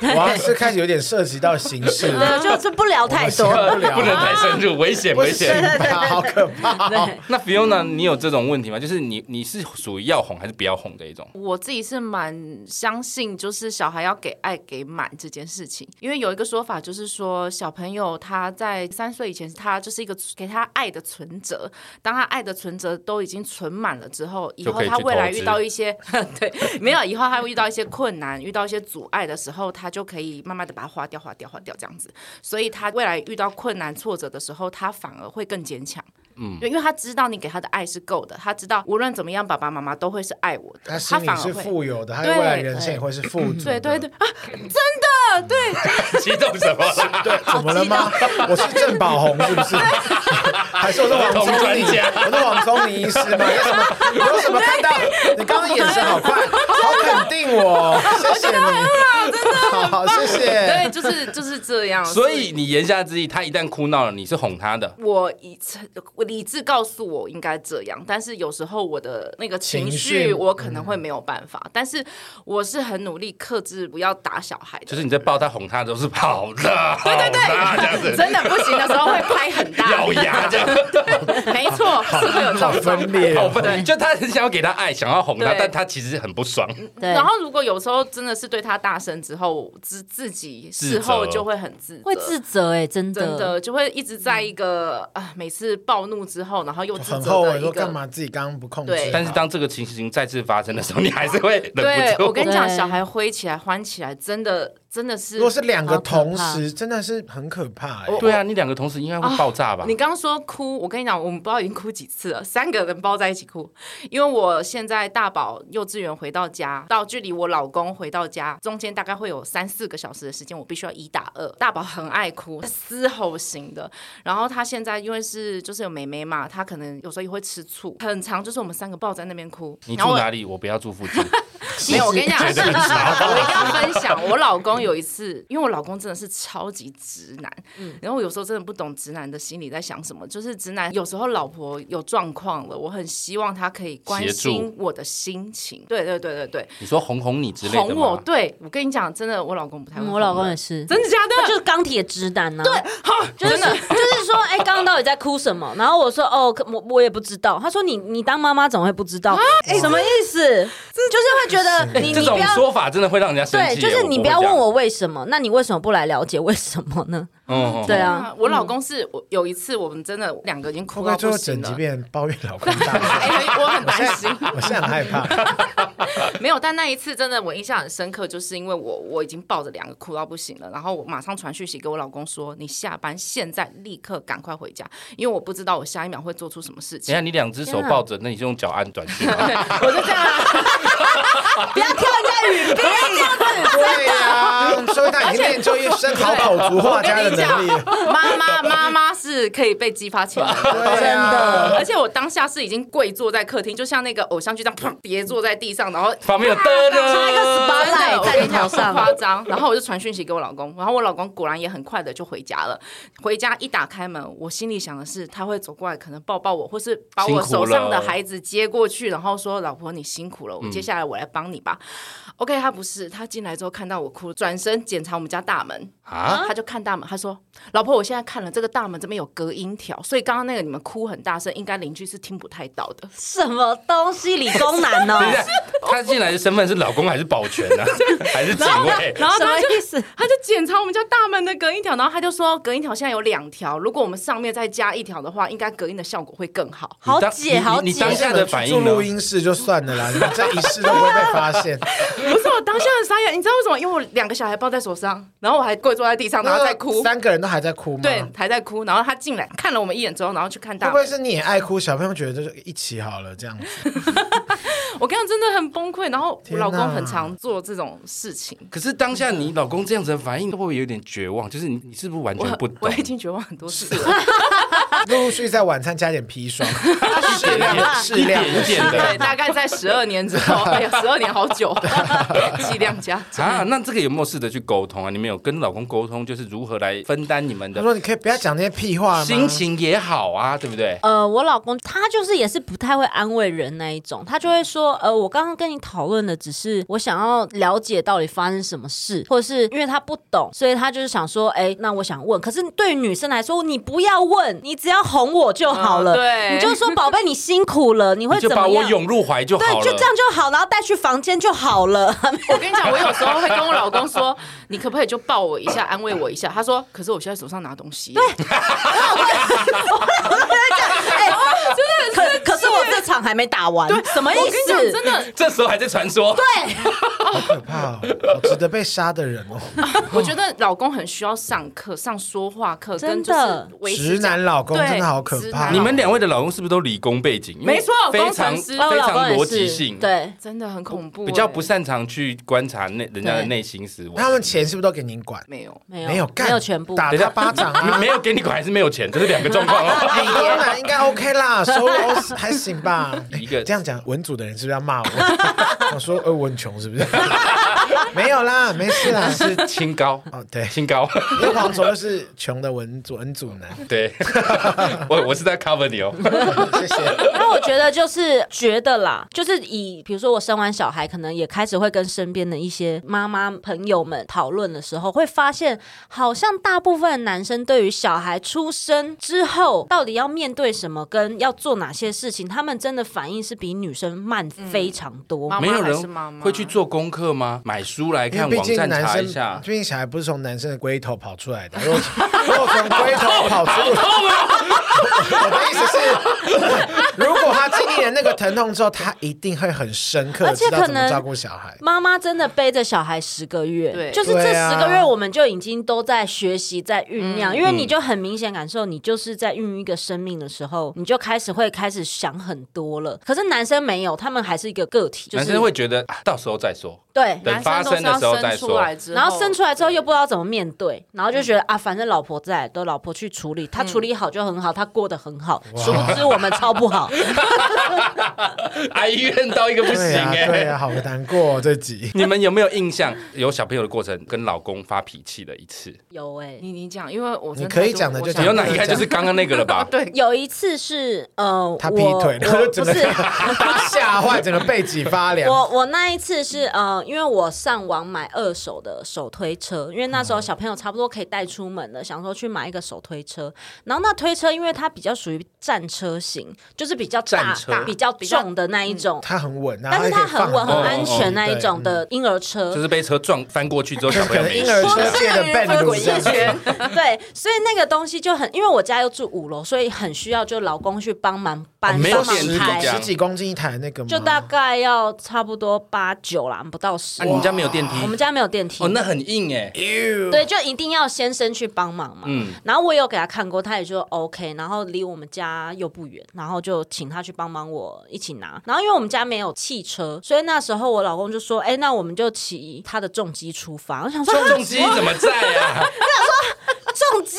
对
哇，是开始有点涉及到形式 了，
对，就是不聊太多。
我们
不能太深 入，危险危
行
险。
吧，好可怕哦、
那 Fiona，你有这种问题吗？就是你你是属于要哄还是不要哄的一 种？
我自己是蛮相信，就是小孩要给爱给满这件事情，因为有一个说法就是说，小朋友他在三岁以前，他就是一个给他爱的存折。当他爱的存折都已经存满了之后，以
就
后
可以
他
去
未来
投
遇
资
到一些对没有，以后他会遇到一些困难，遇到一些阻碍的时候，他就可以慢慢的把它花掉、花掉、花掉这样子。所以他未来遇到困难、挫折的时候，他反而会更坚强。嗯，因为他知道你给他的爱是够的，他知道无论怎么样，爸爸妈妈都会是爱我
他
的，他
心里
反
是
而会。
富有的，他
对
未来人生也会是富足
对
的。
对对啊，
激动什么啦？
对，怎么了吗？我是郑宝红是不是？还是我是王
儿童
宗
专
尼？
家
我是王宗尼医师吗？有什么？有什么看到？你刚刚眼神好快，好肯定我，谢谢你，好好谢
对，
谢。
就是就是这样。
所以你言下之意，他一旦哭闹了，你是哄他的。
我以前我理智告诉我应该这样，但是有时候我的那个情
情
绪
绪嗯
我可能会没有办法，但是我是很努力克制不要打小孩的，
就是你在抱他哄他的时候是 跑的，对对对，这样子
真的不行的时候会拍很大
咬
力，
牙这样，
没错，是会有这
好
种状
分
态。
裂
好
哦，
分。就他很想要给他爱，想要哄他，
对
但他其实很不爽。
对
然后如果有时候真的是对他大声之后，自自己事后
自责
就会很自责
会自责哎、真
真的就会一直在一个啊，每次暴怒之后，然后又自
很
责
后
的
悔
一
说干
个。
嘛自己刚刚不控制啊
对
好，
但是当这个情形再次发生的时候，你还是会忍
对，
不
我
住。
跟你讲，
哎对
小孩挥起来、欢起来，真的真的是。
如果是两个
好可怕
同时，真的是很可怕、欸。
对啊，你两个同时应该会爆炸
哦
吧？
你刚刚说哭，我跟你讲，我们不知道已经哭几次了，三个人抱在一起哭。因为我现在大宝幼稚园回到家，到距离我老公回到家中间大概会有三四个小时的时间，我必须要一打二。大宝很爱哭，嘶吼型的。然后他现在因为是就是有妹妹嘛，他可能有时候也会吃醋，很长就是我们三个抱在那边哭。
你
然后
住
我
哪里？我不要住附 近。
没有，我跟你讲，
绝
我一
对
定
不是
要分享。我老公有一次，因为我老公真的是超级直男，
嗯
然后我有时候真的不懂直男的心里在想什么。就是直男有时候老婆有状况了，我很希望他可以关
协
心我的心情。对对对对对，
你说哄哄你之类的
哄我。
吗？
对我跟你讲，真的，我老公不太会
嗯
哄
我老公也是，
真的假
他
的？
就是钢铁直男呢、对，就是就是说，哎、刚刚到底在哭什么？然后我说，哦，可我我也不知道。他说你，你当妈妈怎么会不知道？
啊哎
什么意思？就是会觉得你
哎这
你
种
不要。
说法真的会让人家生
对，
气耶。
就是你
我
不要
会这
问
样
我。为什么，那你为什么不来了解为什么呢？
嗯，嗯
对啊
我老公是我有一次，我们真的两个已经
会
哭
不会
到
最
不
后
行
整集
了。
变抱怨老公大
哎
骂？
我很
我现
担心
在，我现在很害 怕。
没有，但那一次真的我印象很深刻，就是因为我我已经抱着两个哭到不行了，然后我马上传讯息给我老公说：“你下班现在立刻赶快回家，因为我不知道我下一秒会做出什么
等
事
一
哎
情。
下，你两只手
天啊
抱着，那你就用脚按短信 吗。
我就这样啊，
不要跳人家 语病，
对呀，所以他已经练就一身好口足画家的能力了。
妈妈妈妈是可以被激发潜能的。
对啊
真的
而且我当下是已经跪坐在客厅，就像那个偶像剧这样，砰跌坐在地上，然后
旁边有噔
像一个
噔，
真的
spotlight
我
在
跟
你
你讲
头
不
上，
夸张。然后我就传讯息给我老公，然后我老公果然也很快的就回家了。回家一打开门，我心里想的是他会走过来，可能抱抱我，或是把我手上的孩子接过去，然后说：“老婆，你辛苦了，我接下来我来帮你吧。OK，他不是，他进来之后看到我哭，转身检查我们家大门，
啊
他就看大门，他说：“老婆，我现在看了这个大门这边有隔音条，所以刚刚那个你们哭很大声，应该邻居是听不太到的。”
什么东西理工男哦呢、
等一下，他进来的身份是老公还是保全 呢？还是警卫？
然后
什么
他就
意思？
他就检查我们家大门的隔音条，然后他就说隔音条现在有两条，如果我们上面再加一条的话，应该隔音的效果会更好。
好
当
解
你
好
你你当
解，
下的反
住
应呢
录？音室就算了啦，你这一试都不会被发现。
不是我哦当下很傻眼，你知道为什么？因为我两个小孩抱在手上，然后我还跪坐在地 上，然后在哭，
三个人都还在哭吗？
对，还在哭。然后他进来看了我们一眼之后，然后去看
会
大
不会
门。
是你也爱哭？小朋友觉得就一起好了这样子。
我跟你讲，真的很崩溃。然后我
天哪
老公很常做这种事情，
可是当下你老公这样子的反应，会不会有点绝望？就是你你是不是完
我
全不
我
懂？
已经绝望很多次了。
陆陆续续在晚餐加点 砒霜，适
一 点
量
一
适
点一
量
点一点
对，
的
大概在十二年之后，哎呀，十二年好 久，剂量加。
啊。那这个有没有试着去沟通啊？你们有跟老公沟通，就是如何来分担你们
他
的
说：“你可以不要讲那些屁话吗？”
心情也好啊，对不对？
呃，我老公他就是也是不太会安慰人那一种，他就会说，呃，我刚刚跟你讨论的只是我想要了解到底发生什么事，或者是因为他不懂，所以他就是想说，哎、那我想问。可是对于女生来说，你不要问，你只要哄我就好了，
嗯对
你就说宝贝，你辛苦了，你会
你就
怎
把
么
我
样？
拥入怀就
对
好，了。
就这样就好，然后带去房间就好了。
我跟你讲，我有时候会跟我老公说，你可不可以就抱我一下，安慰我一下？他说，可是我现在手上拿东西。对，
哎、真的，可可是我这场还没打完，什么意
我跟你讲，
思？
真的，
这时候还在传说，对，
好可怕哦，好值得被杀的人哦，
我觉得老公很需要上课，上说话课，跟
真
就是
的
维持
直
这样
男老公
对
真的好可
直
怕。
男
啊你们两位的老公是不是都理工背景？因为
没错
非常
工程
非
师
我哦老公
常
也
逻
是
辑性，，
对。
真的很恐怖欸，
比较不擅长去观察内人家的
对
内心思维。
那他们钱是不是都给您管？
没有。
没有
没有干，
没有全部，
打
等一
他
下
巴掌
没
啊！
没有给你管还是没有钱，这是两个状况 哦。
理工男应该 OK 啦，收入还行吧。
一个
这样讲，文组的人是不是要骂我？我说，呃，我很穷是不是？ 没有啦，没事啦。
是清高，
哦，对，
清高，
因为黄总就是穷的文组文组男，
对，我我是在 cover 你哦。
谢谢。
那我觉得就是觉得啦，就是以比如说我生完小孩，可能也开始会跟身边的一些妈妈朋友们讨论的时候，会发现好像大部分男生对于小孩出生之后到底要面对什么，跟要做哪些事情，他们真的反应是比女生慢非常多。
妈
没
妈
有
还是妈
人
妈
会去做功课吗？买书来
因为
看，
毕
网
竟
站
男
查
生
一下，。
毕竟小孩不是从男生的龟头跑出来的，如果如果从龟头跑出， 我的意思是，如果他经历了那个疼痛之后，他一定会很深刻，
而且
知道
可
怎么
能
照顾小孩。
妈妈真的背着小孩十个月，
对
就是这
对啊嗯
十个月，我们就已经都在学习，在酝酿，因为你就很明显感受，你就是在孕育一个生命的时候，你就开始会开始想很多了。可是男生没有，他们还是一个个体，就
男
是
生会觉得啊到时候再说，
对。
等
男
发
生都
生的
是要
时候再
生出
说
来之后，
然后生出来之后又不知道怎么面对，然后就觉得、啊，反正老婆在，都老婆去处理，她处理好就很好，她过得很好。殊不知我们超不好，
哀怨到一个不行
对
欸
啊，
哎。
对啊，好难过哦这集。
你们有没有印象有小朋友的过程跟老公发脾气的一次？
有哎、
你你讲，因为我真
你可以
太多
讲的
我
就
想
你
讲
有
不
哪
出
应该就是刚刚那个了吧？
对，
有一次是呃，
他劈腿
我
然后
我
就整
不
个
是
吓坏，整个背脊发凉。
我我那一次是呃，因为我上网买二手的手推车，因为那
嗯
时候小朋友差不多可以带出门了，想说去买一个手推车。然后那推车因为它比较属于战车型，就是比较
战
大
车、
比较嗯重的那一种，
他很稳啊，
但是它
它可以
很
放
稳、很
哦嗯
多
安全那一
对
种的婴儿车。
就是被车撞翻过去之后，小朋
可
友
能
没
婴
事啊
儿车界的
说
b a
不定有人
n
会滚一圈
对，所以那个东西就很，因为我家又住五楼，所以很需要就老公去帮忙搬、
哦没有
帮忙
限制
抬
这，样
十几公斤一台那个吗？
就大概要差不多八九啦，不到十。
啊，你们家没有电梯
我们家没有电梯，
哦，那很硬哎。
对，就一定要先生去帮忙嘛。
嗯
然后我也有给他看过，他也说 OK，然后离我们家又不远，然后就请他去帮帮我一起拿。然后因为我们家没有汽车，所以那时候我老公就说：“哎，那我们就骑他的重机出发。”我想说，
重机怎么在啊？
重击，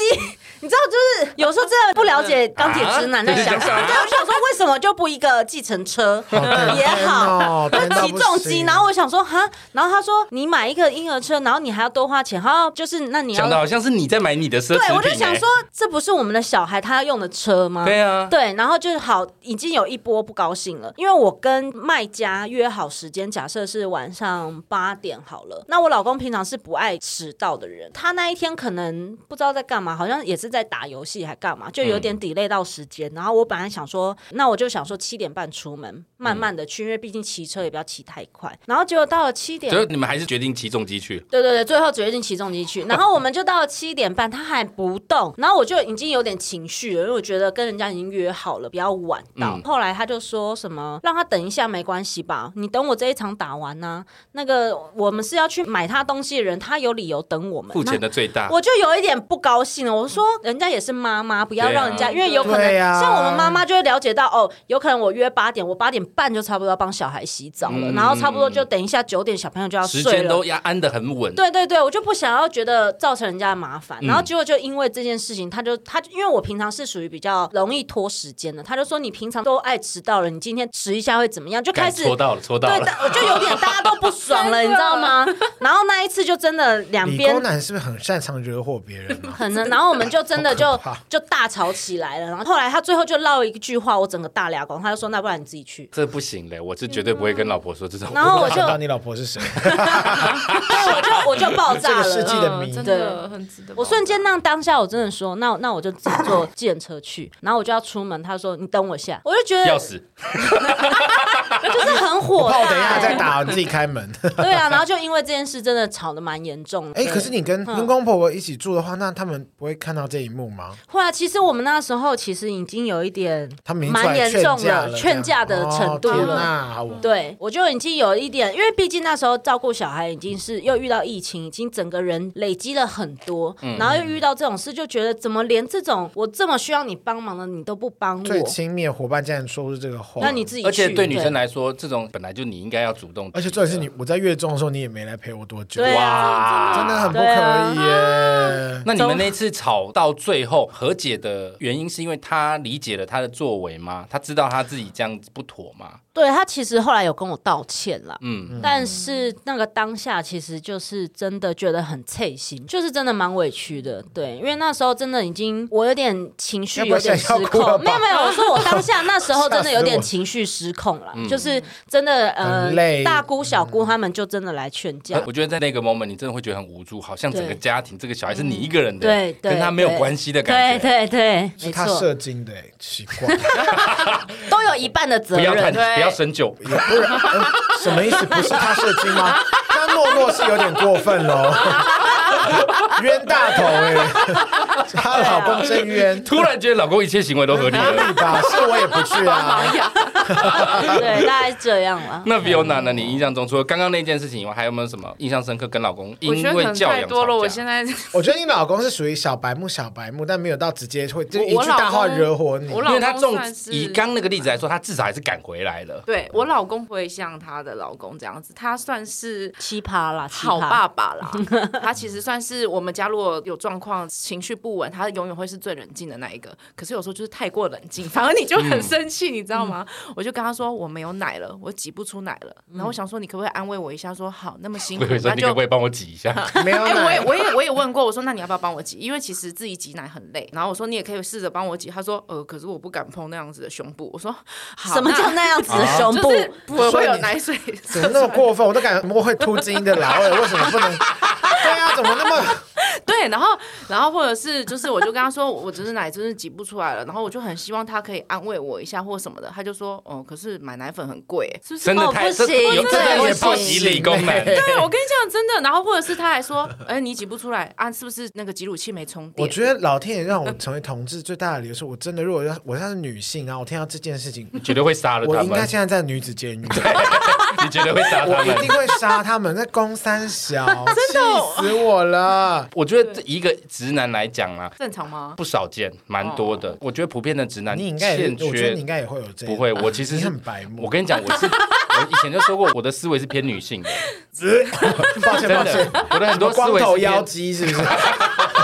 你知道，就是有时候真的不了解钢铁直男在想什
啊
么。对，我想说，为什么就不一个计 程车
哦
也 好？
好
那起重机，然后我想说哈，然后他说你买一个婴儿车，然后你还要多花钱，然后就是那你要
讲的好像是你在买你的奢侈品。
对，我就
哎
想说，这不是我们的小孩他要用的车吗？
对啊，
对，然后就是好，已经有一波不高兴了，因为我跟卖家约好时间，假设是晚上八点好了。那我老公平常是不爱迟到的人，他那一天可能不知道在干嘛，好像也是在打游戏还干嘛，就有
嗯
点 delay 到时间。然后我本来想说，那我就想说七点半出门，慢慢的去，因为毕竟骑车也不要骑太快。然后结果到了七点
所以你们还是决定骑重机去。
对对对，最后决定起重机去，然后我们就到了七点半，他还不动，然后我就已经有点情绪了，因为我觉得跟人家已经约好了，比较晚到。
嗯
后来他就说什么让他等一下没关系吧，你等我这一场打完呢、那个我们是要去买他东西的人，他有理由等我们。
付钱
那
的最大，
我就有一点不高兴了，我说人家也是妈妈，不要
对啊
让人家，因为有可能、
对啊
像我们妈妈就会了解到哦，有可能我约八点，我八点半就差不多要帮小孩洗澡了，
嗯
然后差不多就等一下九点小朋友就要
时
睡
间
了，
都压安的很稳。
对对对，我就不想要觉得造成人家的麻烦，
嗯
然后结果就因为这件事情，他就他因为我平常是属于比较容易拖时间的，他就说你平常都爱迟到了，你今天迟一下会怎么样？就开
干
始
戳到了，戳到
对，
了。
我就有点大家都不爽了，你知道 吗？然后那一次就真的两
理
边
工男是不是很擅长惹火别人啊？
可能，然后我们就真的就
好可怕
就大吵起来了，然后后来他最后就唠一句话，我整个大俩光，他就说那不然你自 己去。
这不行嘞，我是绝对不会跟老婆说这种。
嗯然后我就
想到你老婆是谁？
对，我就我就爆炸了。
这个世纪的谜
嗯真
对
的很值得。
我瞬间那当下，我真的说，那那我就自己坐计程车 去，然后我就要出门，他说你等我一下，我就觉
要
得
死，
就是很火
我怕我哦等一下
大、
再
欸，
打，你自己开门。
对 啊，然后就因为这件事真的吵得蛮严重的。
哎，可是你跟
嗯
跟公婆婆一起住的话，那他们不会看到这一幕吗？
后来其实我们那时候其实已经有一点
他们已经出
蛮
来
严
劝
重
架
了，
了，
劝架的程度
哦天
了。
哪，好
对，我就已经有一点，因为毕竟那时候照顾小孩已经是又遇到疫情，经整个人累积了很多，然后又遇到这种事，就觉得怎么连这种我这么需要你帮忙的你都不帮
最
我，
亲密的伙伴竟然说出这个话，
那你自己去
而且对女生
对
来说，这种本来就你应该要主动提的，
而且重点是你我在月中的时候你也没来陪我多久，
对
哇，
啊，
真的很不可
对啊
以耶。
那你们那次吵到最后和解的原因，是因为他理解了他的作为吗？他知道他自己这样子不妥吗？
对他其实后来有跟我道歉啦，
嗯，
但是那个当下其实就是真的觉得很脆心，就是真的蛮委屈的，对，因为那时候真的已经我有点情绪
要不
有
要
点
现
失
在要哭
控
了，吧
没有没有，我说我当 下那时候真的
吓
有
死
点
我
情绪失控啦，
嗯
就是真的呃
很累嗯
大姑小姑他们就真的来劝架，
我觉得在那个 moment，你真的会觉得很无助，好像整个
对嗯
家庭、这个小孩是你一个人的，
对对
跟他没有关系的感
对
觉。
对对，
是
没
他
错，
射精的耶，哎奇怪，
都有一半的责
不要看，
任，
对
不要深究。
也不然、呃什么意思？不是他射精吗？那诺诺是有点过分喽，冤大头 哎、她老
啊
公真冤，
突然觉得老公一切行为都合理
合
了。
理 吧？是我也不去啊。
对，大概是这样啦。
那 Fiona
嗯
呢？你印象中除了刚刚那件事情以外，还有没有什么印象深刻跟老公因
我觉得可
为
能
教
太
养
多了，我
吵
现
架？
在
我觉得 你老公是属于小白目，小白目，但没有到直接会就
我
一
我
句大话
老公
惹火你
我。老
因为他
公
重
算是
以刚那个例子来说，他至少还是赶回来了。
对我老公不会像她的老公这样子，他算是。
奇葩啦，奇葩
好爸爸 啦，他其实算是我们家如果有状况、情绪不稳，他永远会是最冷静的那一个。可是有时候就是太过冷静，反而你就
嗯
很生气，你知道吗？我就跟他说我没有奶了，我挤不出奶了。然后我想说你可不可以安慰我一下，说好，那么辛
嗯
苦
我以为，说
那
你可
就
不可以帮我挤一下？
没有
哎、我也
奶，
我也我也问过，我说那你要不要帮我挤？因为其实自己挤奶很累。然后我说你也可以试着帮我挤。他说呃，可是我不敢碰那样子的胸部。我说好
什么
那
叫那样子
啊
的胸部
就？是不
所
会
以
有
你
奶水
怎么那么过分？我都感觉我会秃金的啦，我也为什么不能？ 对啊，怎么那么？
对，然后然后或者是就是我就跟他说，我只是奶真是挤不出来了，然后我就很希望他可以安慰我一下或什么的，他就说哦，可是买奶粉很贵，欸是不是？
真的
哦
太
不
这
行
有
这
真
啊
的
个
也
不
不
行
及理工男。
对，我跟你讲真的，然后或者是他还说，哎、你挤不出来啊，是不是那个挤乳器没充电？
我觉得老天爷让我成为同志最大的理由是，我真的如果要我要是女性，然后我听到这件事情，
绝对会杀了
我
他
应该
们，
现在在女子监狱，
你绝对会杀
我
他
一
们哦
定。会杀他们，在攻三小，气死我了。
我觉得这一个直男来讲啊，
正常吗？
不少见，蛮多
哦
的。我觉得普遍的直男
你应该也，
欠
我觉得你应
缺
该也会有这样
不，会，我其实
你
是
很白目
我跟你讲，我 是我以前就说过，我的思维是偏女性的，
抱歉
真
抱歉，
的，我的很多思
光
维是
头妖
偏，
姬是不是？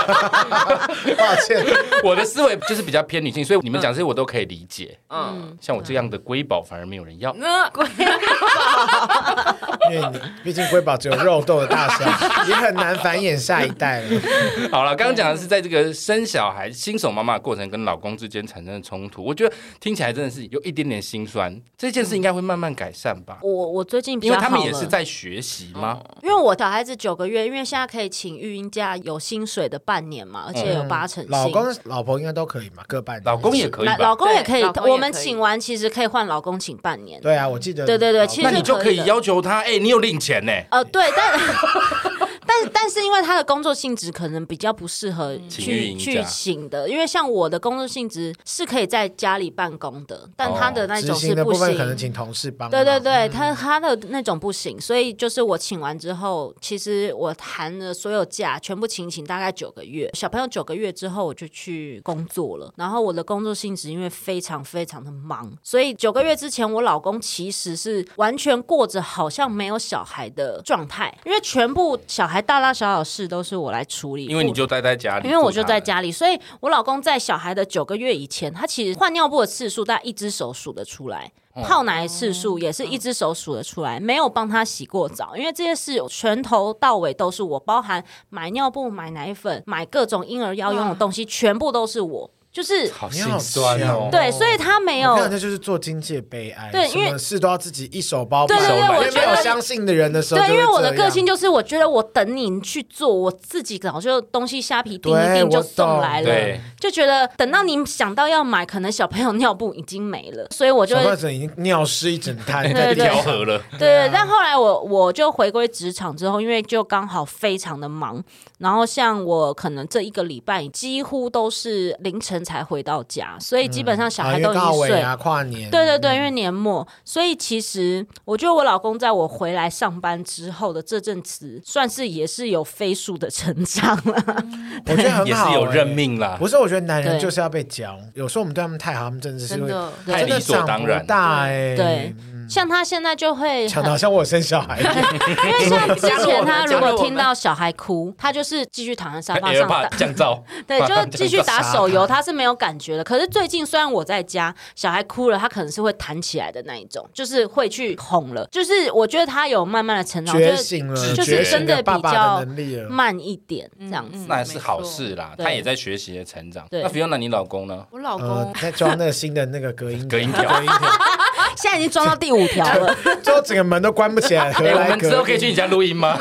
抱歉，
我的思维就是比较偏女性，所以
嗯
你们讲这些我都可以理解。
嗯，
像我这样的瑰宝反而没有人要，
那、
因为你毕竟瑰宝只有肉豆的大 小，也很难繁衍下一代了。
嗯
好了，刚刚讲的是在这个生小孩新手妈妈的过程跟老公之间产生的冲突，我觉得听起来真的是有一点点心酸。这件事应该会慢慢改善吧？
嗯我我最近比
因
较
为
好
他
了，哦
们也是在学习吗？
因为我小孩子九个月，因为现在可以请育婴假，有薪水的半年嘛，而且有八成薪。
嗯老公老婆应该都可以嘛，各半年。
老公也可以
那
吧
老？公也可以
对老公也可，以
我们请完其实可以换老公请半年。
对啊，我记得。
对对对其实
那你就可
可以
以
的
要求他，哎，你有领钱呢？
呃，对，但 但但是因为他的工作性质可能比较不适合
嗯
请育
去
婴
去
假
请的，因为像我的工作性质是可以在家里办公的，但他的那
执
种
行
是
的
不
部分
行。
可能请同事帮忙。嗯
对对对，他他的那种不行，所以就是我请完之后，其实我谈了所有假，全部请请大概九个月。小朋友九个月之后，我就去工作了。然后我的工作性质因为非常非常的忙，所以九个月之前，我老公其实是完全过着好像没有小孩的状态，因为全部小孩大大小小事都是我来处理。
因为你就待在家里，
因为我就在
顾他们。
家里，所以我老公在小孩的九个月以前，他其实换尿布的次数大概一只手数得出来，
嗯
泡奶的次
哦
数也
嗯
是一只手数得出来，没有帮他洗过澡，因为这些事全头到尾都是我，包含买尿布、买奶粉、买各种婴儿要用
啊
的东西，全部都是我，就是
好
你
心
好
酸哦
强。
对，所以他没有
我。看这就是做经济的悲哀，
对
什
因为
么事都要自己一手包办。
对对
对我
因为
觉
没
得
有相信的人的时候，
对，因为我的
就会这样
个性就是，我觉得我等你去做，我自己早就东西虾皮订一
对
订就
我
送
懂
来了
对，
就觉得等到你想到要买，可能小朋友尿布已经没了，所以我就
小怪子已经尿湿一整滩在
对
地上，
调和了，
对，
啊
但后来我我就回归职场之后，因为就刚好非常的忙，然后像我可能这一个礼拜几乎都是凌晨生才回到家，所以基本上小
啊因
孩
为
都已
刚好
经
尾
睡。
牙跨年，
对对对，因为年末，所以其实我觉得我老公在我回来上班之后的这阵子，算是也是有飞速的成长了。
我觉得很
也
好、
是有
欸
认。命啦。
不是，我觉得男人
对
就是要被教。有时候我们对他们太好，他们真的是
真
会
的
对
太
真的
理所
长
当
不
然
大哎、
对，像他现在就会
抢
很
到像我生小 孩，
因为像之前他如果听
加入我
到小孩哭，他就是继续躺在沙发
也
上
怕
打，
降噪，
对，就是继续打手
杀
游，他是没有感觉的。可是最近虽然我在家，小孩哭了，他可能是会弹起来的那一种，就是会去哄了。就是我觉得他有慢慢的成长，
觉
就是
醒
就
了，
是
觉醒
真的
了爸爸
比较
的能力了。
慢一点这样
嗯
子。
那也是好事啦。
对
他也在学习的成长。
对
那 Fiona，你老公呢？
我老
呃
公，
在装那个新的那个隔音
隔音条
隔音条，
啊现在已经装到第五条了，
最后整个门都关不起来，何
哎，我
来
们之后
隔
可以去
音？
你家录音吗？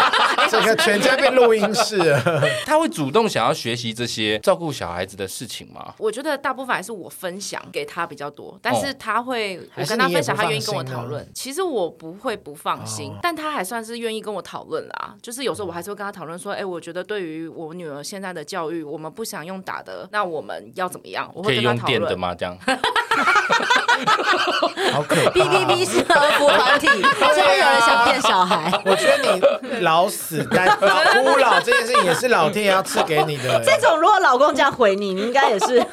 整个全家变录音室了。
他会主动想要学习这些照顾小孩子的事情吗？
我觉得大部分还是我分享给他比较多，但是他会，
哦还
我
是
跟
你也
他
不
分享，他
放
愿意跟我
心
讨
啊
论。其实我不会不放心，
哦
但他还算是愿意跟我讨论啦。就是有时候我还是会跟他讨论说，哎、我觉得对于我女儿现在的教育，我们不想用打的，那我们要怎么样？我
可以
会跟他
用
讨
电的
论。
吗？这样
好可怕！
哔哔哔是和服 团体，
啊
真的有人想骗小孩。
我觉得你老死 单老孤老这件事情也是老天爷要赐给你的。
这种如果老公这样回你，你应该也是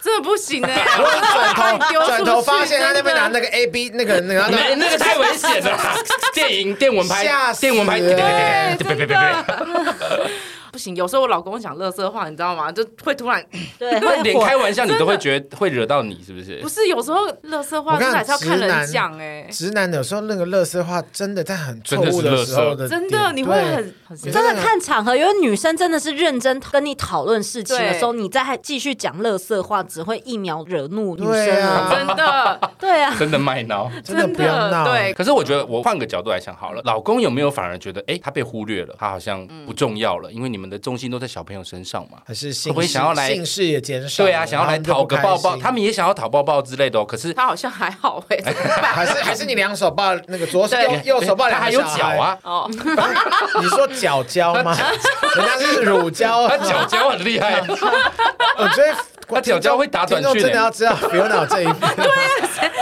这不 行哎、
如果你 转头转头发现他那边拿那
的
个 A B 那个那个
那
那
那个太危险了啦。电影电文
吓
拍，
死
电文拍，
了
哎
别别别别别，
不行。有时候我老公讲乐色话，你知道吗？就会突 然
对
那
会
连
火
开玩笑你都会觉得会惹到你，是不是
不？是有时候乐色话，
我跟
真
你
的还是要看
直
人
男
讲哎、
直男有时候那个乐色话真的在很错误
真的是垃圾
时候的点，
真的你会
对
很很生
你
气
真的看场合，因为女生真的是认真跟你讨论事情的
对
时候，你再还继续讲乐色话，只会一秒惹怒女生
对啊
而已。
真的
对啊，
真的卖脑。
真的不要闹。
对，
可是我觉得，我换个角度来想好了，老公有没有反而觉得，哎，他被忽略了，他好像
嗯
不重要了，因为你们的重心都在小朋友身上嘛。
还是
会
性
不会想要来
姓氏也减少了？
对啊，想要来
然后
讨
就不
个
开
抱抱，
心
他们也想要讨抱抱之类的哦。可是
他好像还好哎、 怎么办
还是还是你两手抱那个左手
对
右右手抱
哎他
两
还
个
有
小
脚
孩，
啊，
哦，
你说脚胶吗？ 人家是乳胶
他
啊，
脚脚很厉 害，
我觉得。
他脚胶会打短
听众
讯
真的
欸
要知道 Fiona 这一边，
啊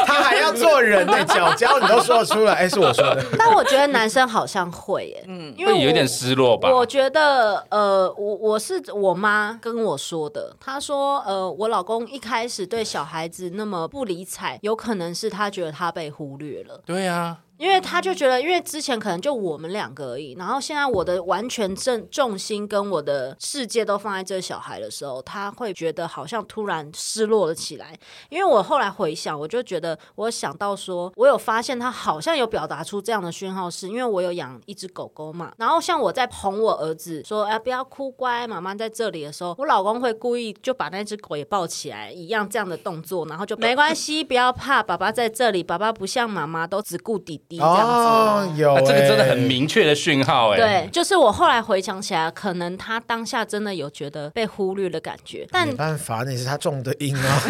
他还要做人的脚胶，你都说得出来，哎，是我说的，
但我觉得男生好像会耶，嗯，因为
会
我
有一点失落吧？
我觉得，呃，我我是我妈跟我说的，她说，呃，我老公一开始对小孩子那么不理睬，有可能是他觉得他被忽略了。
对啊，
因为他就觉得，因为之前可能就我们两个而已，然后现在我的完全正重心跟我的世界都放在这小孩的时候，他会觉得好像突然失落了起来。因为我后来回想，我就觉得我想到说，我有发现他好像有表达出这样的讯号是，因为我有养一只狗狗嘛，然后像我在哄我儿子说，哎、不要哭，乖，妈妈在这里的时候，我老公会故意就把那只狗也抱起来，一样这样的动作，然后就没关系，不要怕，爸爸在这里，爸爸不像妈妈都只顾弟弟这样子。
哦，有
啊
欸，
这个真的很明确的讯号哎。
对，就是我后来回想起来，可能他当下真的有觉得被忽略的感觉，但
没办法，那也是他中的因啊，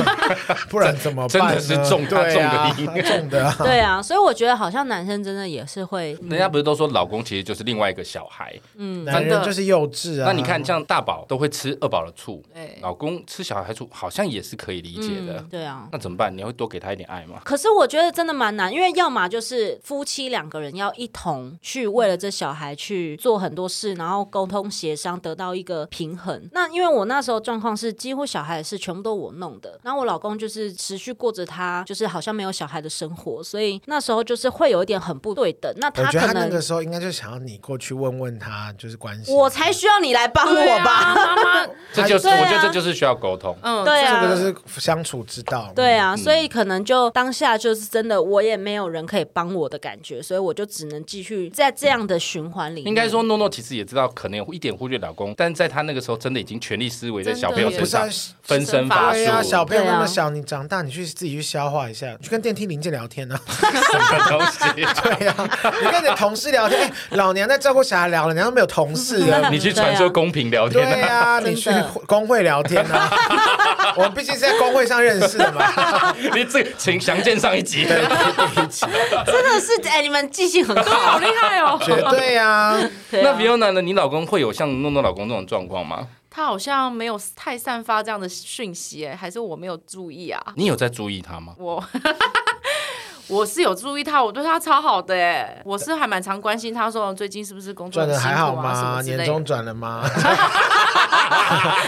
不然怎么办呢？
真的是中他
对啊
中的
他中的啊，
对啊，所以我觉得好像男生真的也是会， 嗯
人家不是都说老公其实就是另外一个小孩？
男人就是幼稚啊。
那你看，像大宝都会吃二宝的醋，
对
老公吃小孩醋好像也是可以理解的。
对啊。
那怎么办？你会多给他一点爱吗？
可是我觉得真的蛮难，因为要么就是夫妻两个人要一同去为了这小孩去做很多事，然后沟通协商，得到一个平衡。那因为我那时候状况是，几乎小孩的事全部都我弄的，然后我老公就是持续过着他就是好像没有小孩的生活，所以那时候就是会有一点很不对等。那
我
他
觉得
可
他那
能
个时候应该就想要你过去问问他，就是关系。
我才需要你来 帮
对
我
啊
吧。
妈妈，
这就是、
对啊
我觉得这就是需要沟通。
嗯，
对
这
啊，
个就是相处之道。
对
嗯
啊，所以可能就当下就是真的，我也没有人可以帮我的感觉，所以我就只能继续在这样的循环里面。
应该说，诺诺其实也知道，可能有一点忽略老公，但在他那个时候，真的已经全力思维在小朋友身
真的
不是啊
上，分身乏术。
对啊，小朋友
对啊
那么小，你长大你去自己去消化一下，你去跟电梯邻居聊天啊。
什么东西？
对啊，你跟你的同事聊天，哎，老娘在照顾小孩，老娘都没有同事 了。
你去传说公平聊
对
天、啊，
啊，
真的
你去工会聊天 啊。我们毕竟是在工会上认识的嘛。啊
你这个请详见上一集。
真的是哎，你们记性很
对，好
好。
厉害 哦！
绝对呀、
对啊
那 Fiona 呢？你老公会有像诺诺老公这种状况吗？
他好像没有太散发这样的讯息，哎，还是我没有注意啊？
你有在注意他吗？
我 我是有注意他，我对他超好的，哎，我是还蛮常关心他说最近是不是工作
赚
很
的
辛
还好
苦啊
吗？
什么之
年
类的
终。转了吗？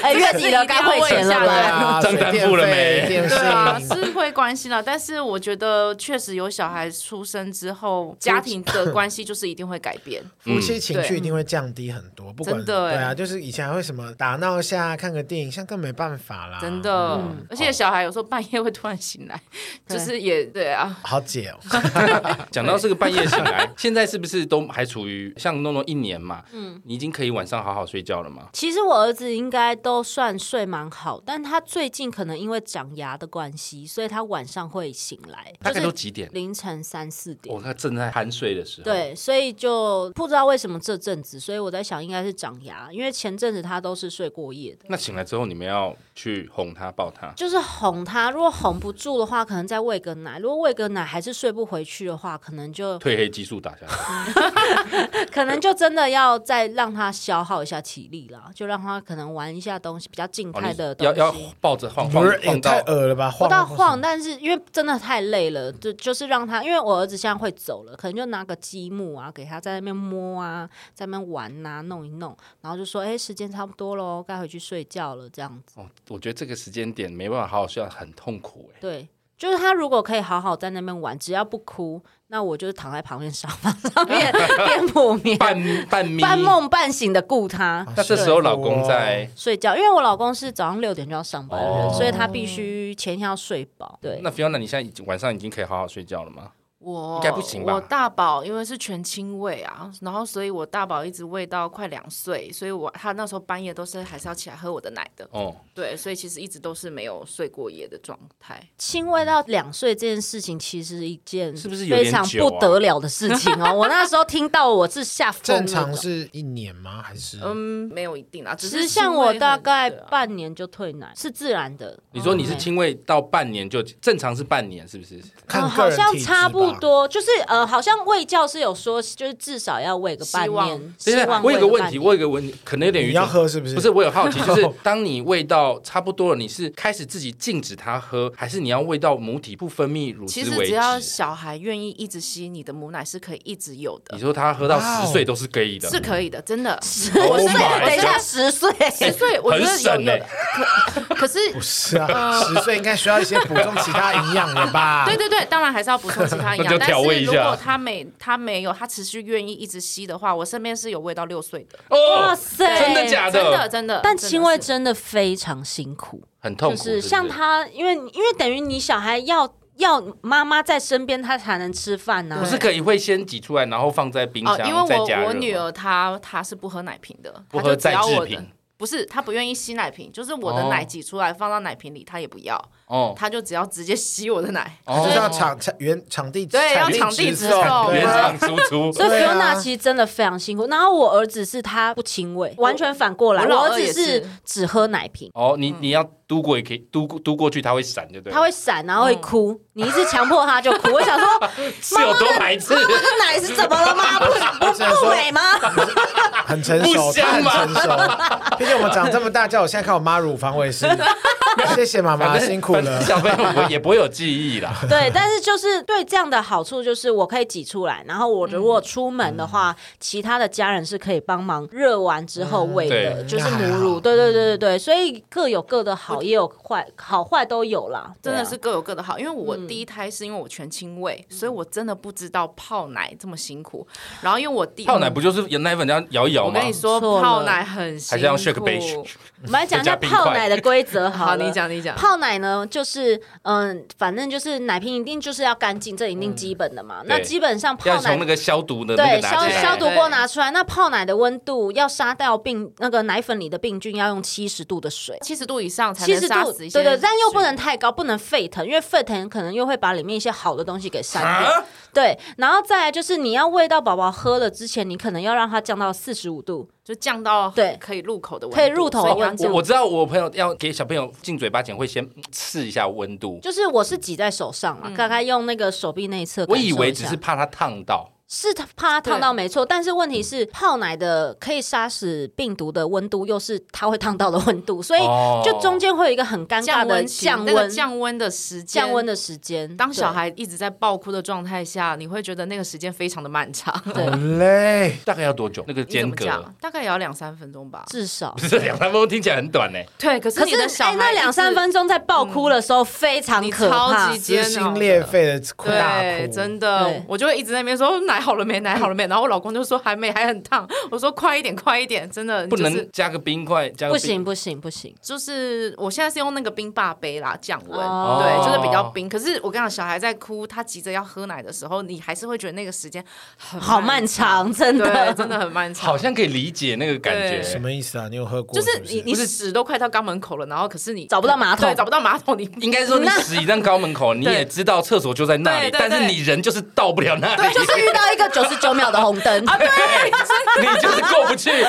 哎，月底了，该汇钱了
对
吧？
啊，
账单
水电
付了
费
没
电
对啊，
信。
是会关心啊，但是我觉得确实有小孩出生之后，家庭的关系就是一定会改变。
夫妻情绪
对
一定会降低很多，不管
真的
对
欸
啊，就是以前还会什么打闹一下、看个电影，现在更没办
啊
法啦，
真的，
嗯
而
哦
且小孩有时候半夜会突然醒 来，
对
就是也对啊，
好解哦。
讲到这个半夜醒 来，现在是不是都还处于像诺诺一年嘛？嗯，你已经可以晚上好好睡觉了吗？
其实我儿子应该都算睡蛮好，但他最近可能因为长牙的关系，所以他晚上会醒来，
大概
就
都
是
几点？哦啊
凌晨三四点
我。看正在酣睡的时候，，
对，所以就不知道为什么这阵子，所以我在想应该是长牙，因为前阵子他都是睡过夜的。
那醒来之后你们要去哄他抱他，
就是哄他，如果哄不住的话，可能再喂个奶；如果喂个奶还是睡不回去的话，可能 就
褪黑激素打下来。
可能就真的要再让他消耗一下体力啦，就让他可能玩一下东西，比较静
哦
态的
你
东
要
西。
要抱着晃晃
不是也
晃
太
到
恶了吧？
不
晃
到晃，但是因为真的太累了，就就是让他，因为我儿子现在会走了，可能就拿个积木啊，给他在那边摸啊，在那边玩呐、弄一弄，然后就说，哎、时间差不多喽，该回去睡觉了，这样子。
哦，我觉得这个时间点没办法好好睡，很痛苦 哎。
对，就是他如果可以好好在那边玩，只要不哭，那我就躺在旁边沙发 上面边补眠，
半啊半眯
半。梦半醒的顾他
那这时候老公在，
睡觉，因为我老公是早上六点就要上班的人，
哦
所以他必须前一天要睡饱。对
那，Fiona 你现在已经晚上已经可以好好睡觉了吗？
我
应该不行吧
我大宝因为是全亲喂啊，然后所以我大宝一直喂到快两岁，所以我他那时候半夜都是还是要起来喝我的奶的。
哦，
对，所以其实一直都是没有睡过夜的状态。
亲喂到两岁这件事情，其实是一件
是不是有点
非常
久
不
啊
得了的事情哦？我那时候听到我是吓疯
正
了
常
的。
是一年吗？还是
嗯，没有一定啦，只
只
是
是像
亲喂
我
很
大概
对啊
半年就退奶，是自然的。
你说你是
嗯
亲喂到半年就正常是半年是不是？
看
嗯，
个
好
人
像
体质
差不
吧。
多，就是呃，好像卫教是有说，就是至少要喂个半
希望
年。
对
希望
我有个问
喂
题，
半
我有
年
个问题，可能有点愚
你要
蠢。
喝是不是？
不是，，我有 好奇，就是当你喂到差不多了，你是开始自己禁止他喝，还是你要喂到母体不分泌乳
其
汁
实
为
只要
止？
小孩愿意一直吸你的母奶是可以一直有
你
的，
说他喝到
哇哦
十岁都是可以的，
是可以的，真的。
Oh
十岁
my
等一下
God
十岁，
十岁我
很
觉得有
省欸
有
呢
的，可可是
不是啊，十岁应该需要一些补充其他营养了吧？
对对对，当然还是要补充其他 营
那就
养，但
调味
是
一
如
下
果他每他没有他持续愿意一直吸的话，我身边是有喂到六岁的，
哦
哇，塞，
真的假
真的？真的。
但
真的
亲喂
是
真的非常辛苦，
很痛
就
苦，是不是
像他，因为因为等于你小孩要要妈妈在身边，他才能吃饭啊呐
不。是可以会先挤出来，然后放在冰
哦
箱，
因为
再
我
加热
我女
吗
儿她她是不喝奶瓶的，
不
她
喝
就只
再
要
制
我的
品。
不是，她不愿意吸奶瓶，就是我的
哦
奶挤出来放到奶瓶里，她也不要，
哦，
她就只要直接吸我的奶。
就是要
哦
场场原场地
对要
地
场地
直
直售
对
原
啊
厂输出，
所以
对啊
Fiona 其实真的非常辛苦。然后我儿子是他不亲喂，完全反过来，
我
我
老
儿
二
子
也是
是只喝奶瓶。
哦，你你要嘟过也可以，嘟过嘟过去，它会闪，就对了。
他会闪，然后会哭。你一直强迫他就哭，我想说，
是有多排斥？
这个奶是怎么 了吗？不
只能
不
说
不美吗？
很成熟，
不香
他很
吗
成熟。毕竟我们长这么大，叫我现在看我妈乳房，我也是。谢谢妈 妈，
反正
辛苦
反
了
正。小朋友我也不会有记忆 啦。
对，但是就是对这样的好处就是我可以挤出来，然后我如
嗯
果出门的话，其他的家人是可以帮忙热完之
嗯
后喂的，
对
就是母
那还
乳。
好
对对对对对，所以各有各的好，也有坏，好坏都有啦。对
真
啊
的是各有各的好，因为我
嗯
第一胎是因为我全亲喂，所以我真的不知道泡奶这么辛苦。然后因为我第
泡奶不就是有奶粉这样摇一摇
我
吗
跟？你说，
错了
泡奶很辛苦。
还是要 shake bake
我们来讲一下
再加冰块
泡奶的规则好
好，
了。
你讲，你讲。
泡奶呢，就是嗯、反正就是奶瓶一定就是要干净，这一
嗯
定基本的嘛。那
对
基本上
要
泡奶
从那个消毒的那
对，
个拿
消
起来。
消毒
对
锅拿出来，那泡奶的温度要杀掉病那个奶粉里的病菌，要用七十度的水。
七十度以上才
七
能
十
杀
度，
死
对
一些
对，但又不
菌
能太高，不能沸腾，因为沸腾可能又会把里面一些好的东西给删
啊
掉。对，然后再来就是你要喂到宝宝喝了之前，你可能要让它降到四十五度，
就降到
对
可以入口的温度，
可以入口
所
的
以你要
温度
降
我我知道，我朋友要给小朋友进嘴巴前会先试一下温度，
就是我是挤在手上
嗯
嘛，大概用那个手臂内侧感
我
受一
以
下。
为只是怕它烫到。
是它怕它烫到没错，但是问题是泡奶的可以杀死病毒的温度又是它会烫到的温度，所以
哦
哎就中间会有一个很尴尬
降
的
温期
降
那个
温
降温的时间，
降温的时间。
当小
对
孩一直在爆哭的状态下，你会觉得那个时间非常的漫 长。
好嘞，哦大概要多久？那个
你怎
间
么
隔
讲？啊大概也要两三分钟吧。
至少
不。是两三分钟听起来很短呢。
对，可是
可
你
是
的
哎
小孩、嗯
那两三，分钟在爆哭的时候非常
你
可
超
怕
级，
撕
煎熬
心
的
裂肺的哭大
对，
哭，
真的
对，
我就会一直在那边说奶好了没，奶好了没，然后我老公就说还没，还很烫。我说快一点，快一点，真的
不
就是
能加个冰块，加个
不
冰
行不行不行，
就是我现在是用那个冰霸杯啦降温，
哦
对，就是比较冰。可是我跟你讲，小孩在哭，他急着要喝奶的时候，你还是会觉得那个时间很
好漫长，真
对，
的
真的很漫长，
好像可以理解那个感觉。
对
什么意思啊？你有喝过
就是是
不是？
你你屎都快到肛门口了，然后可是你
找不到马桶
对，找不到马桶，你
应该说你死一张肛门 口，你也知道厕所就在那里，
对对
但是你人就是到不了那里，
就是遇到一个九十九秒的红灯，
你就是过不去。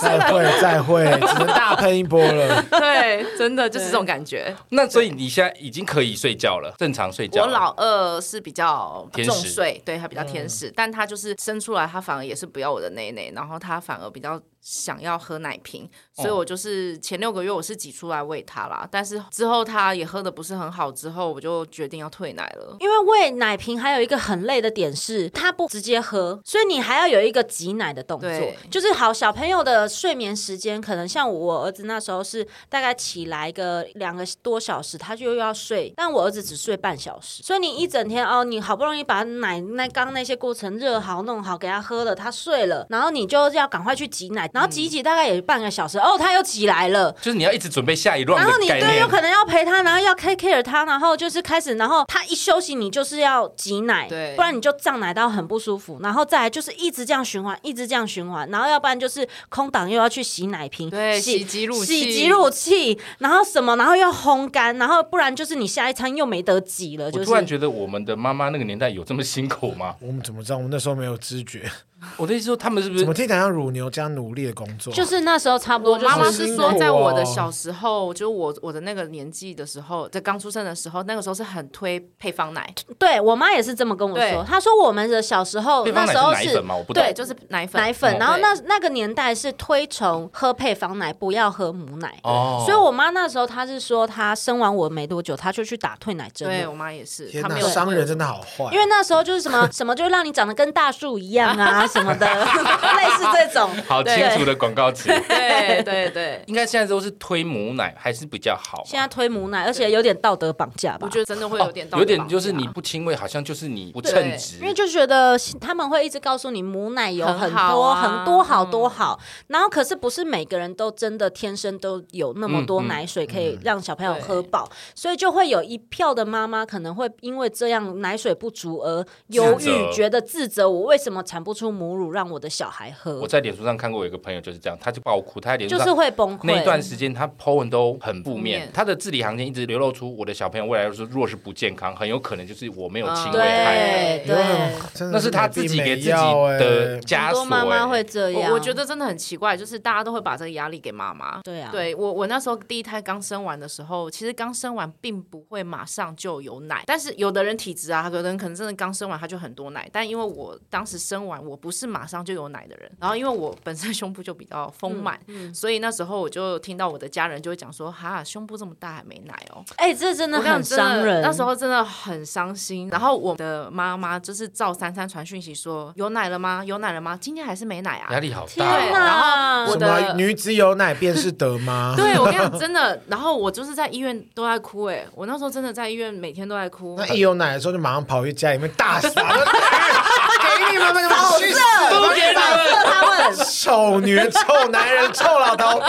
再会再会，只能大喷一波了。
对，真的就是这种感觉。
那所以你现在已经可以睡觉了，正常睡觉
我
了。
老二是比较
天
重
使
睡，对他比较天使，但他就是生出来，他反而也是不要我的奶奶，然后他反而比较想要喝奶瓶，所以
哦
我就是前六个月我是挤出来喂他啦，但是之后他也喝的不是很好，之后我就决定要退奶了。
因为喂奶瓶还有一个很累的点是，它不直接喝，所以你还要有一个挤奶的动作
对。
就是好小朋友的睡眠时间，可能像我儿子那时候是大概起来个两个多小时，他就又要睡，但我儿子只睡半小时，所以你一整天哦，你好不容易把奶那刚那些过程热好弄好给他喝了，他睡了，然后你就要赶快去挤奶，然后挤一挤大概也半个小时，哦，他又起来了。
就是你要一直准备下一轮
然后
的
你
概
对，有
念。
可能要陪他，然后要 take care 他，然后就是开始，然后他一休息，你就是要挤奶，
对
不然你就胀奶到很不舒服。然后再来就是一直这样循环，一直这样循环，然后要不然就是空档又要去洗奶瓶，
对
洗
洗即乳
洗
器
即乳器，然后什么，然后又要烘干，然后不然就是你下一餐又没得挤了，就
我
是
突然觉得我们的妈妈那个年代有这么辛苦 吗？
我们怎么知道？我们那时候没有知觉，
我的意思说，他们是不
怎
是
么听起来像乳牛加努力的工作？
就是那时候差不多
我
就
妈妈
是。
是
辛苦
说，
哦
在我的小时候，就是我我的那个年纪的时候，在刚出生的时候，那个时候是很推配方奶，
对我妈也是这么跟我
对
说，她说我们的小时候
配方
那
奶
时候
是奶
是
粉吗？我不懂。
对，就是奶粉，
奶粉，
哦
然后
对
那那个年代是推崇喝配方奶，不要喝母奶。
哦
所以我妈那时候她是说，她生完我没多久，她就去打退奶针
对
了。
我妈也是，
天
她
哪
没，有
商人真的好坏。
因为那时候就是什么什么，就让你长得跟大树一样啊什么的，类似这种。
好清
对
楚的广告词，
对对对，
应该现在都是推母奶还是比较好嘛。
现在推母奶，而且有点道德绑架吧啊
我。觉得真的会有点道
哦有
德绑架，
点就是你不亲喂，好像就是你不称职
因。为就觉得他们会一直告诉你母奶有很
很好
多
啊
很多好多好，然后可是不是每个人都真的天生都有那么多
嗯嗯
奶水可以让小朋友喝
嗯
饱，所以就会有一票的妈妈可能会因为这样奶水不足而忧
自责
郁，觉得自责，我为什么产不出母乳让我的小孩喝
我，在脸书上看过有一个朋友就是这样，他就爆哭，他在脸书
就
上
是会崩
那一段
溃。
时间，他 po 文都很负
负
面
面，
他的字里行间一直流露出我的小朋友未来若是若是不健康，很有可能就是我没有亲
嗯
喂害，
对
有很
对，
真的
那是他自己给自己
嗯欸
的枷
很
锁、
多妈妈会
欸。
这样，
我我觉得真的很奇怪，就是大家都会把这个压力给妈妈。
对啊，
对我，我那时候第一胎刚生完的时候，其实刚生完并不会马上就有奶，但是有的人体质啊，有的人可能真的刚生完他就很多奶，但因为我当时生完我不是马上就有奶的人，然后因为我本身 胸部就比较
嗯
丰满，所以那时候我就听到我的家人就会讲说，哈，胸部这么大还没奶哦，
哎，这真的
我跟你
很
讲真的
伤人。
那时候真的很伤心。然后我的妈妈就是照三餐传讯息说：“有奶了吗？有奶了吗？今天还是没奶啊
压力好
天
大、
对
哦，
哪
然后！
什
我的
么女子有奶便是德？” 吗？
对，我跟你讲真的。然后我就是在医院都在哭、哎，我那时候真的在医院每天都在哭。
那一有奶的时候就马上跑去家里面大撒，哎给你们们去死！
都给他们
他 们
丑女、臭男人、臭老头，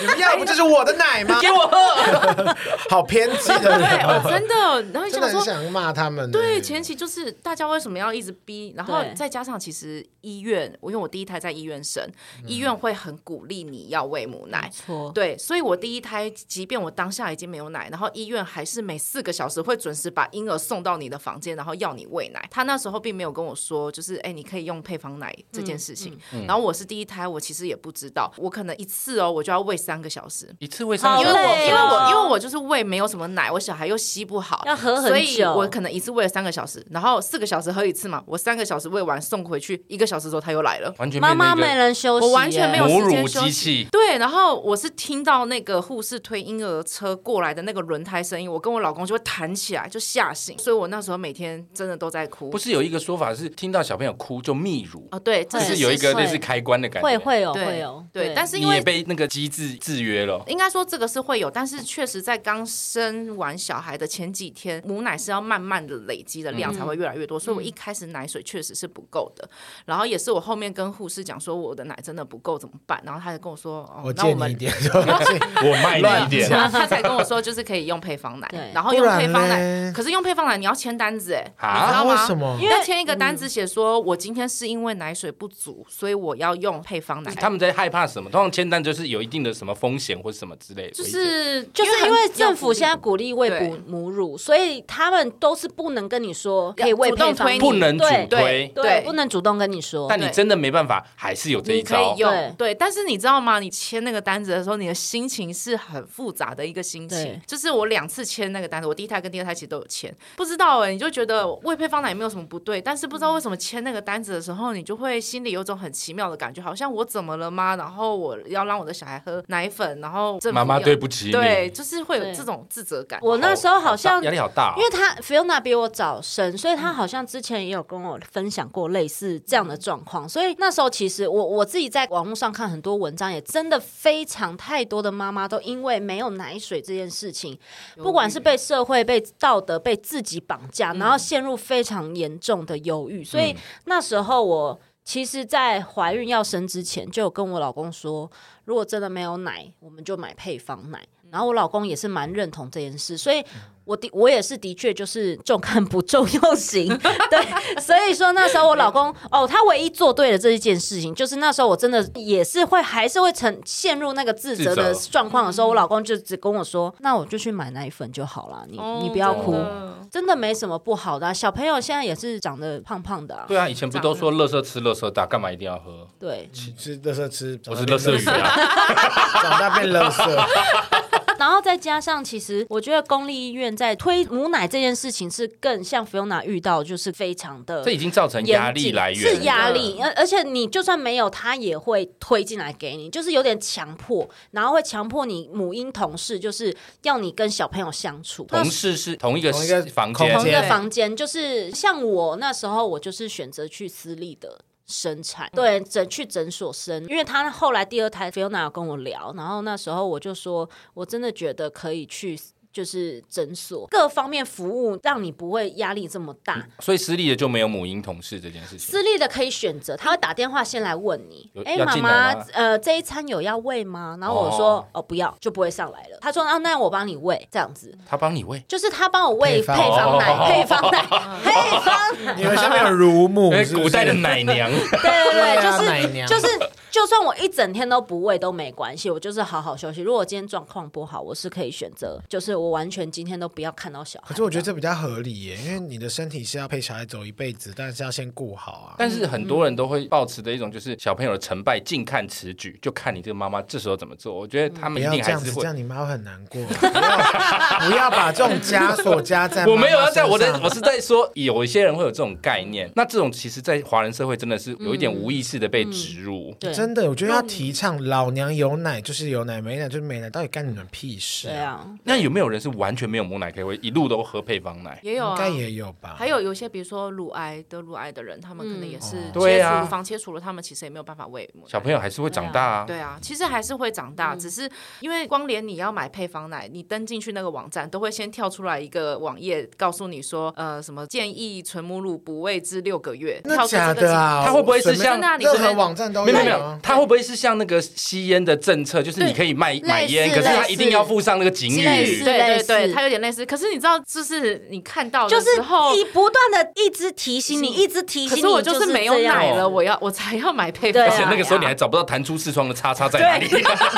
你们要不就是我的奶吗？
给我喝。
好偏激的
哎对，
人
我
哦，
真的，然后
真
想
的很
说。
想骂他们。
对，前期就是大家为什么要一直逼，然后
对
再加上其实医院，我因为我第一胎在医院生，
嗯
医院会很鼓励你要喂母奶，
错，
对，所以我第一胎，即便我当下已经没有奶，然后医院还是每四个小时会准时把婴儿送到你的房间，然后要你
嗯
喂奶。他那时候并没有跟我说，就是哎、你可以用配方奶这件事情。然后我是第一胎，开，我其实也不知道，我可能一次哦，我就要喂三个小时。
一次喂三
因
小
为我
好累
时
因为
哦
我因为我就是胃没有什么奶，我小孩又吸不好，
要喝很久
所以我可能一次喂了三个小时，然后四个小时喝一次嘛，我三个小时喂完送回去，一个小时之后他又来了。
完全
妈
变成
妈
一个
没人休息耶，
我完全没有
母
时间
乳
休
机
息
器。
对，然后我是听到那个护士推婴儿车过来的那个轮胎声音，我跟我老公就会弹起来，就吓醒。所以我那时候每天真的都在哭。
不是有一个说法是听到小朋友哭就泌乳，
哦，对，这
会
是
是
有一个
会
类似开关的感觉，
会会有
对
哦会有，
对，但
是
是因
你
为
也被那个机制制约了。
应该说这个是会有，但是确实在刚生完小孩的前几天，母奶是要慢慢的累积的量
嗯
才会越来越多，所
嗯
以我一开始奶水确实是不够的。然后也是我后面跟护士讲说我的奶真的不够怎么办，然后他就跟我说，哦
我，
那
借
我
你一
们。
点，就是
我卖
乱
你一点
讲
然 后他才跟我说，就是可以用配方
对
奶，然后用配方
不然
奶
呢，
可是用配方奶你要签单子哎，你知
啊
道吗？
为什么
你要签一个单子，写说我今天是因为奶水不足，所以我要用配方奶。
他们在害怕什么？通常签单就是有一定的什么风险或什么之类的，
就是
就是因为政府现
在。
在鼓励喂
对
哺母乳，所以他们都是不能跟你说可以喂
主动
配方奶，
推你
不能主
对
推，
对
对
不能主动跟你说。
但你真的没办法，还是有这一
你可
招
以。用
对
对，但是你知道吗？你签那个单子的时候，你的心情是很复杂的一个心
对
情。就是我两次签那个单子，我第一胎跟第二胎其实都有签，不知道哎、你就觉得喂配方奶也没有什么不对，但是不知道为什么签那个单子的时候，你就会心里有种很奇妙的感觉，好像我怎么了吗？然后我要让我的小孩喝奶粉，然后政府
妈妈
要
对不起你，
对，就是会有
对
这种自责感。
我那时候好像
压力好大哦，
因为他 Fiona 比我早生，所以他好像之前也有跟我分享过类似这样的状况。所以那时候其实我我自己在网络上看很多文章，也真的非常太多的妈妈都因为没有奶水这件事情，不管是被社会、被道德、被自己绑架，然后陷入非常严重的忧郁。所以那时候我。其实，在怀孕要生之前，就有跟我老公说，如果真的没有奶，我们就买配方奶。
嗯
然后我老公也是蛮认同这件事，所以我的我也是的确就是重看不重 用型，对，所以说那时候我老公哦，他唯一做对的这一件事情，就是那时候我真的也是会还是会沉陷入那个自责的
自责
状况的时候，我老公就只跟我说，那我就去买奶粉就好了，你你不要
哦
哭，
真
哦的
真的没什么不好的啊、小朋友现在也是长得胖胖的、啊，
对啊，以前不都说乐色吃乐色大，干嘛一定要喝？
对，
吃乐色吃，
我是乐色鱼啊，
长大变乐色。
然后再加上，其实我觉得公立医院在推母奶这件事情是更像 Fiona 遇到，就是非常的
这已经造成压力来源嗯
是
了，
压力，而而且你就算没有，他也会推进来给你，就是有点强迫，然后会强迫你母婴同事，就是要你跟小朋友相处。
同事是同一个
同一个
房
空
同一
间
间，
个房间，就是像我那时候，我就是选择去私立的生产，对，诊去诊所生，因为他后来第二胎 Fiona 有跟我聊，然后那时候我就说，我真的觉得可以去。就是诊所各方面服务，让你不会压力这么大。
所以私立的就没有母婴同事这件事情。
私立的可以选择，他会打电话先来问你
有，
哎，
要
妈
进
妈
来吗，
呃，这一餐有要喂吗？然后我说，哦不要，就不会上来了。他说，啊，那我帮你喂，这样子，
他帮你喂，
就是他帮我喂
配方
配方
哦
奶，配 方奶，配方奶。
你们下面有乳
因
母
为，
是不是
古代的奶娘，
对对
对啊奶
对，
娘
就是就是，就算我一整天都不喂都没关系，我就是好好休息。如果我今天状况不好，我是可以选择，就是我完全今天都不要看到小孩。
可是我觉得这比较合理耶，因为你的身体是要陪小孩走一辈子，但是要先顾好啊。
但是很多人都会抱持的一种就是小朋友的成败，近看此举，就看你这个妈妈这时候怎么做。我觉得他
不
们一
要
定
这
还
样
是
子，
会
这。样你妈会很难过。不要 不要把这种枷锁加在妈妈啊
我没有要啊在我的
身，上
我是在说，有一些人会有这种概念。那这种其实，在华人社会真的是有一点无意识的被植入。
对
真的，我觉得要提倡老娘有奶就是有奶，没奶就是没奶，到底干你们屁事？
对，啊，
那有没有人是完全没有母奶可以喂，一路都喝配方奶？
也有
应
啊，
该也有吧。
还有有一些，比如说乳癌得乳癌的人，他们可能也是
嗯
切除
对啊
乳房切除了，他们其实也没有办法喂母奶
小朋友还是会长大啊。
对啊，其实还是会长大，
嗯
只是因为光连你要买配方奶，你登进去那个网站都会先跳出来一个网页，告诉你说，呃，什么建议纯母乳不喂至六个月，
那
跳出这
假
个
的啊？
他会不会是
什么
像
真的啊你
任何
随便
网站都
没有没有没
有
有
啊，？
他会不会是像那个吸烟的政策，就是你可以卖买烟，可是他一定要附上那个警
类
语
似。
对
类
对
似
对，它有点类似。可是你知道，就是你看到
就
的
是
时候，
你不断的一直提醒你，
是
一直提
可
醒你，
是我
就是
没有
这样
奶了，
子
我要我才要买配
对
方
而
啊
且
奶。
那个时候你还找不到弹出视窗的叉叉在哪里，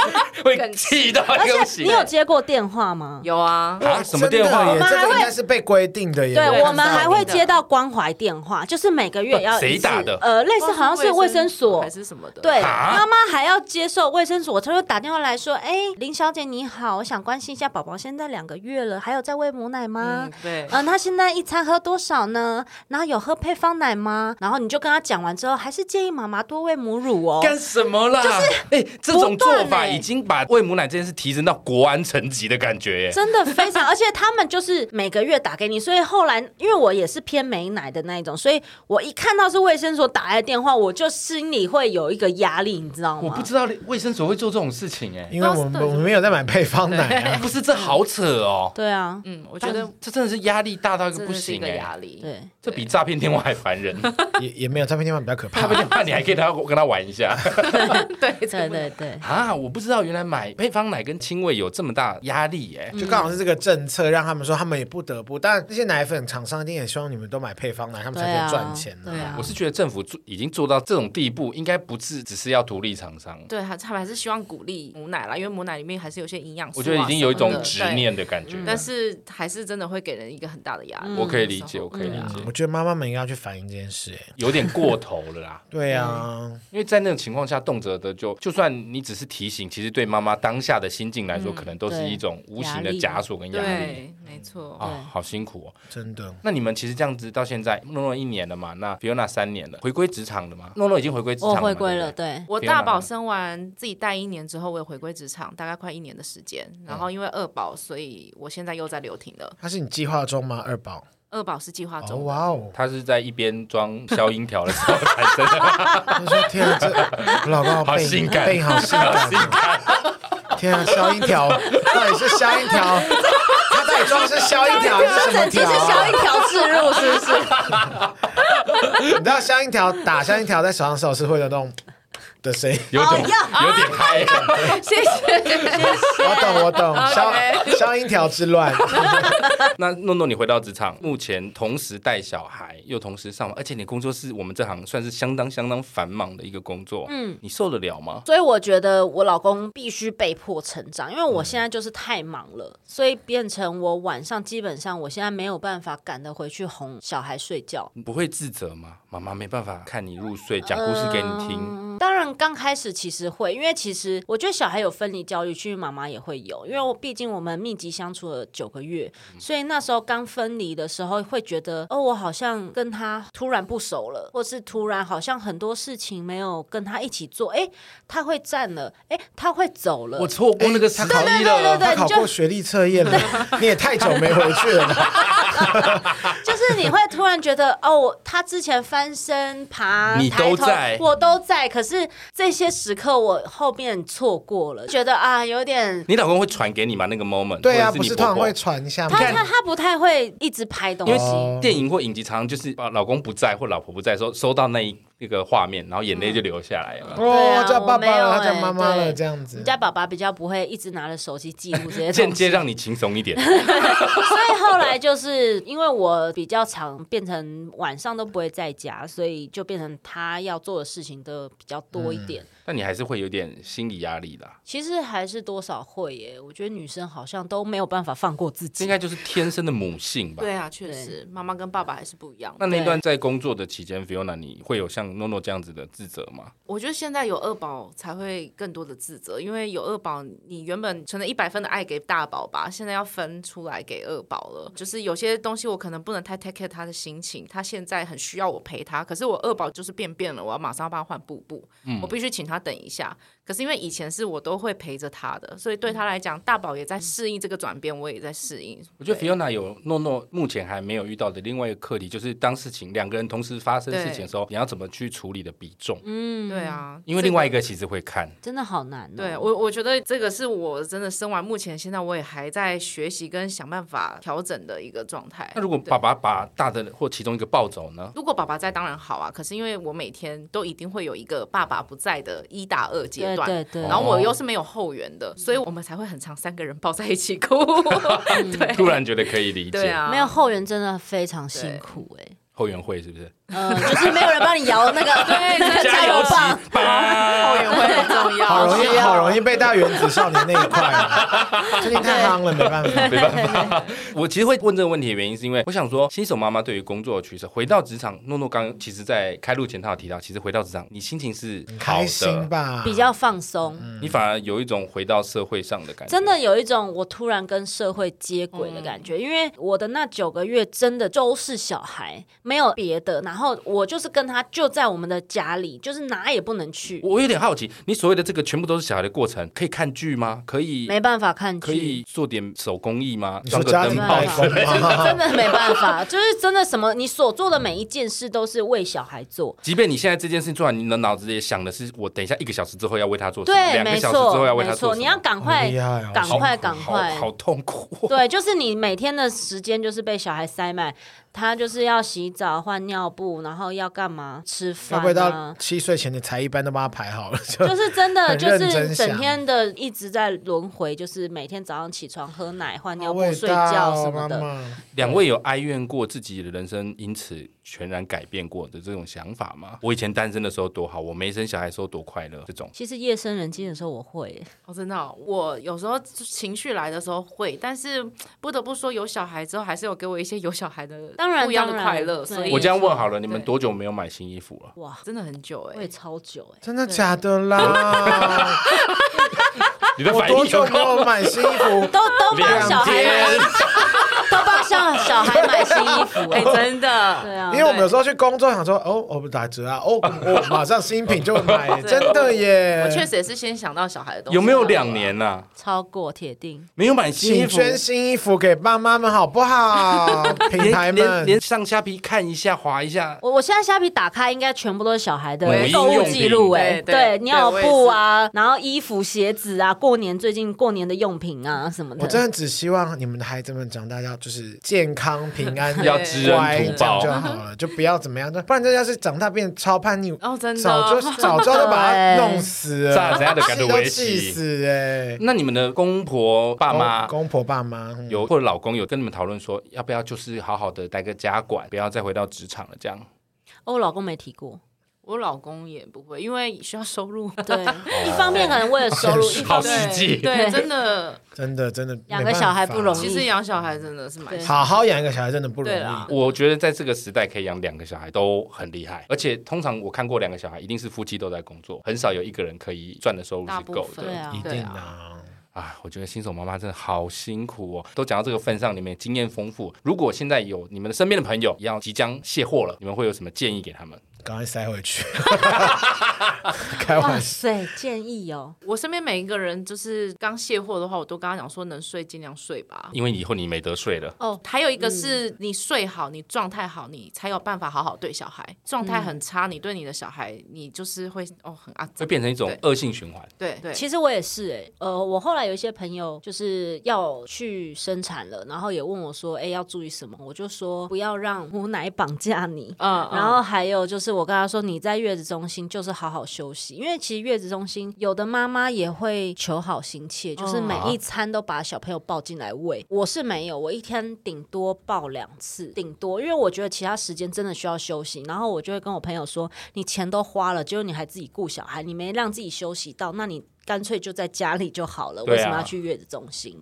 会气到一个不行
你有接过电话吗？
有啊，
啊？什么电话
真的耶
我？们
这
还
个
会
应该是被规定的耶。
对，
看到
我们还会
一定的
接到关怀电话，就是每个月也要一
谁
次
打的
呃，类似好像是卫生所
还。是什么的，
对，啊
啥？
妈妈还要接受卫生所，她就打电话来说：“哎、林小姐你好，我想关心一下宝宝，现在两个月了，还有在喂母奶吗？”
对，
嗯，他现在一餐喝多少呢？然后有喝配方奶吗？然后你就跟他讲完之后，还是建议妈妈多喂母乳哦。
干什么啦？就是哎、这种
不断
做法
欸
已经把喂母奶这件事提升到国安层级的感觉耶。
真的非常，而 且他们就是每个月打给你，所以后来因为我也是偏没奶的那一种，所以我一看到是卫生所打来的电话，我就心里会有一个压力，你知道
我
吗
不？知道卫生所会做这种事情哎、
因为我们我们没有在买配方奶 啊。
不是这好扯哦。
对啊，
嗯，我
我
觉得
这真的是压力大到一个
真
不
的是一
行
个
哎、
压力。
对，
这比诈骗电话还烦人。
也也没有诈骗电话比较可
诈
怕。
骗电话你还可以跟他跟他玩一下
对
对对对，
啊！我不知道原来买配方奶跟亲喂有这么大压力耶、
就刚好是这个政策，让他们说他们也不得不，但这些奶粉厂商一定也希望你们都买配方奶，他们才可以赚钱呢、
对啊
我是觉得政府做已经做到这种地步，应该不是只是要图利厂商，
对，还他们还是希望鼓励母奶啦，因为母奶里面还是有些营养素啊
我
什
觉
么的。
得已经有一种
对
执，念
嗯
的感觉。
但是还是真的会给人一个很大的压力。
我可以理解，
有时候
我
嗯
可以
啊
理解
我，觉得妈妈们应该要去反映这件事、哎，
有点过头了啦。
对啊，
因为在那种情况下，动辄的就就算你只是提醒，其实对妈妈当下的心境来说，可能都是一种无形的
嗯对
枷
压力
锁跟压力
对，没错。
啊，好辛苦哦。
真的。
那你们其实这样子到现在，诺诺一年了嘛，那 Fiona 三年了，回归职场了嘛？诺诺已经回归职场
我
了嘛，
哦回归
对不
了，
对。
对，
我
天哪
大宝生完自己带一年之后，我也回归职场，大概快一年的时间。然
嗯
后因为二宝，所以我现在又在留停了。
它是你计划中吗？二宝？
二宝是计划
哦
中的，
哇哦！
他是在一边装消音条的 时候产生的，
他说：“天啊，这我老公好
好
背
性感
背好性感哦。天啊，消音条到底是消音条？他到底装的是消音条还是什么
整期
条
是消
啊？
音条置入，是不是？
你知道消音条打消音条在手上的时候是会有那种的声音。
有
哦
点有点嗨。
谢谢。
我懂，我 懂，消
OK
消音条之乱。
那诺诺，你回到职场，目前同时带小孩又同时上班，而且你工作是我们这行算是相当相当繁忙的一个工作，嗯，你受得了吗？
所以我觉得我老公必须被迫成长，因为我现在就是太忙了，所以变成我晚上基本上我现在没有办法赶得回去哄小孩睡觉。
你不会自责吗？妈妈没办法看你入睡，讲故事给你听，
嗯当然，刚开始其实会，因为其实我觉得小孩有分离焦虑，其实妈妈也会有，因为我毕竟我们密集相处了九个月，
嗯
所以那时候刚分离的时候会觉得，哦，我好像跟他突然不熟了，或是突然好像很多事情没有跟他一起做，哎，他会站了，哎，他会走了
我，错过那个时
哎
机了。
对
他考
你就
过学历测验 了，你也太久没回去了吧？
就是你会突然觉得， 哦，他之前翻身爬，
你
抬头
都在
我都在，可是这些时刻我后面错过了，觉得啊，有点。
你老公会传给你吗？那个 moment？
对啊，
或者
不
是
是
你婆
通常
婆
会。传一下吗哦
他？他他不太会一直拍东
因为
西，
哦
电影或影集常常就是啊，老公不在或老婆不在的时候，收到那一那个画面，然后眼泪就流下来了。
对
哦
啊，
叫爸爸
我没有
了，
欸
他叫妈妈了，
对
这样子
你。家爸爸比较不会一直拿着手机记录这些
间
东西，
接让你轻松一 点，
所以后来就是因为我比较常变成晚上都不会在家，所以就变成他要做的事情都比较多
嗯
一点。
但你还是会有点心理压力的啊。
其实还是多少会耶，我觉得女生好像都没有办法放过自
这应
己。
该就是天生的母性吧。
对啊，确实，妈妈跟爸爸还是不一样。
那那段在工作的期间，Fiona，你会有像诺诺这样子的自责吗？
我觉得现在有二宝才会更多的自责，因为有二宝，你原本存了一百分的爱给大宝吧，现在要分出来给二宝了。就是有些东西我可能不能太 take care 他的心情，他现在很需要我陪他，可是我二宝就是便便了，我要马上要帮他换布布，
嗯
我必须请他等一下。可是因为以前是我都会陪着他的，所以对他来讲，大宝也在适应这个转变，我也在适应。
我觉得 Fiona 有诺诺目前还没有遇到的另外一个课题，就是当事情两个人同时发生事情的时候，你要怎么去处理的比重？
嗯，
对，啊，
因为
这
另外
个
一个其实会看，
真的好难、哦。
嗯
对我，我觉得这个是我真的生完目前现在我也还在学习跟想办法调整的一个状态。
那如果
对
爸爸把大的或其中一个抱走呢？
如果爸爸在，当然好啊。可是因为我每天都一定会有一个爸爸不在的一打二
对
阶段，
对对，
然
哦
后我又是没有后援的，所以我们才会很常三个人抱在一起 哭。 对，
嗯突然觉得可以理
对
解，
啊，
没有后援真的非常辛苦呃哎、
后援会是不是？
嗯，就是没有人帮你摇那个
对
那个
加
加
油
油
器
棒，
吧！
后援会很重重要，
好容易
需要
好容易被大原子少年那一块 啊，最近太夯了，没办法。
没办法。 我其实会问这个问题的原因，是因为我想说，新手妈妈对于工作的取舍，回到职场，诺诺刚其实在开录前她有提到，其实回到职场，你心情是好
开心啊
的，
吧，
比较放
嗯
松。
你反而有一种回到社会上的感觉。
真的有一种我突然跟社会接轨的感
嗯
觉，因为我的那九个月真的都是小孩，没有别的，然后我就是跟他就在我们的家里，就是哪也不能去，
我有点好奇，你所谓的这个全部都是小孩的过程，可以看剧吗？可以，
没办法看
可
剧
以。做点手工艺吗？
你
装
说
个
家
灯
庭
泡
代
之
装
工
类的。
吗？
真的没办法，就是真的什么，你所做的每一件事都是为小孩做，
即便你现在这件事情做完，你的脑子也想的是，我等一下一个小时之后要为他做什么，
对，
两个
没
小时之后要
错，
为
没
他做
错，
什么
你要赶快
好厉害哦，
赶
好
快，赶
好
快，
好痛苦哦。
对，就是你每天的时间就是被小孩塞满，他就是要洗澡、换尿布，然后要干嘛、吃
要
饭
不要到
啊。
七岁前的才艺班都帮他排好了， 就
就是真的，
很
就
认真
是整
想
天的一直在轮回，就是每天早上起床喝奶、换尿
好
布、
伟
睡
大
觉
哦
什么的。
妈妈
两位有哀怨过自己的人生因此全然改变过的这种想法吗？我以前单身的时候多好，我没生小孩的时候多快乐，这种
其实夜深人静的时候，我会耶
哦，真的哦、我有时候情绪来的时候会，但是不得不说，有小孩之后还是有给我一些有小孩的
当然
不一样的
当然
快乐。
对
所以
我这样问好了，
对
你们多久没有买新衣服了？
哇，
真的很久哎、
我 也超久哎、
真的假的 啦？
啊
你的
我
反
多
应
久
有
没有买新衣服？
都都帮小
两
孩
天啊
买，都帮 小小孩买新衣服
哎、
哎、
真的，
对啊
因为，我们有时候去工作，想说哦，我不打折啊，哦，我马上新品就买，真的耶！
我确实也是先想到小孩的啊东西。
有没有两年呐、
超过铁定。
没有买新衣
请
服？
捐新衣服给爸妈们好不好？品 牌
连连
们
连上下皮看一下，划一下，
我我现在虾皮打开，应该全部都是小孩的
母婴
购物
用
记
品
录哎，
对对
尿
对
布
我
啊，然后衣服、鞋子啊，过年最近过年的用品啊什么的。
我真的只希望你们的孩子们长大要就是健康平安，
要知恩
乖
图
这样
报
就好了，就不要怎么样，不然这要是长大变超叛逆，
哦，真的
早 就早就都把他弄死
炸
了，
人家的感
气
觉
都
危
气
险。
死哎！
那你们的公婆、爸妈
公公婆爸妈嗯
有或者老公有跟你们讨论说，要不要就是好好的待个家管，不要再回到职场了？这样
哦我老公没提过，
我老公也不会，因为需要收入。
对，
哦
一方面可能为了收入，一
好
方面
实际
对，真的，
真的真的
养个小孩不容易
其实养小孩真的是蛮
对
好好养一个小孩真的不容
对啦
易。
我觉得在这个时代可以养两个小孩都很厉害，而且通常我看过两个小孩，一定是夫妻都在工作，很少有一个人可以赚的收入
大
是
部
够
分
的。
对啊
一
对
定的啊。
啊。
啊，我觉得新手妈妈真的好辛苦哦。都讲到这个份上，你们也经验丰富。如果现在有你们的身边的朋友要即将卸货了，你们会有什么建议给他们？
赶快塞回 去，开
哇
玩笑。
塞，建议哦，
我身边每一个人就是刚卸货的话，我都跟他讲说，能睡尽量睡吧。
因为以后你没得睡了。
哦，还有一个是
嗯
你睡好，你状态好，你才有办法好好对小孩。状
嗯
态很差，你对你的小孩，你就是会哦很阿
会
杂。
变成一种恶性循环，
对对，
其实我也是哎、呃，我后来有一些朋友就是要去生产了，然后也问我说，哎、要注意什么？我就说不要让母奶绑架你，
嗯，
然后还有就是，我跟他说，你在月子中心就是好好休息，因为其实月子中心有的妈妈也会求好心切，就是每
哦
一餐都把小朋友抱进来喂。我是没有，我一天顶多抱两次，顶多，因为我觉得其他时间真的需要休息。然后我就会跟我朋友说，你钱都花了，结果你还自己顾小孩，你没让自己休息到，那你。干脆就在家里就好了，
对啊
为什么要去月子中心？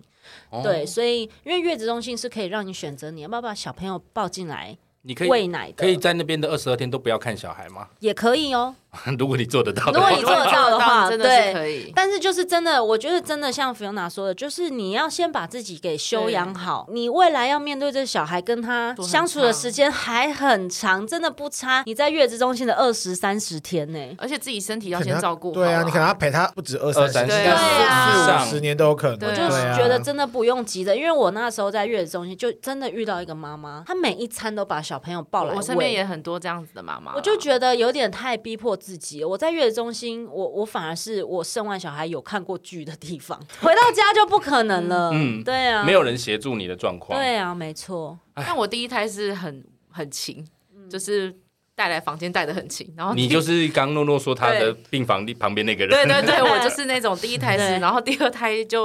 哦
对，所以因为月子中心是可以让你选择你要不要把小朋友抱进来
你可
喂
以
奶的，
可以在那边的二十二天都不要看小孩吗？
也可以哦。
如果你做得到的
如
话
果你做得到的话
真的是可以。
但是就是真的，我觉得真的像 Fiona 说的，就是你要先把自己给修养好，你未来要面对这小孩，跟他
多很
相处的
长
时间还很长，真的不差。你在月子中心的二十三十天呢、
而且自己身体要
可能
先照顾好。
对啊，你可能要陪他不止二
二三
三十
十
对啊
四五十年都有可能。
对
就是
对啊
觉得真的不用急的，因为我那时候在月子中心就真的遇到一个妈妈，她每一餐都把小朋友抱来喂。
我身边也很多这样子的妈妈啦，啊
我就觉得有点太逼迫自己了。我在月子中心，我我反而是我生完小孩有看过剧的地方，回到家就不可能了。嗯，对啊，
没有人协助你的状况，
对啊，没错，
但我第一胎是很很勤，
嗯
就是带来房间带的很勤，然后
你就是刚诺诺说他的病房旁边那个人，
对对 对，我就是那种第一胎
对
是，然后第二胎就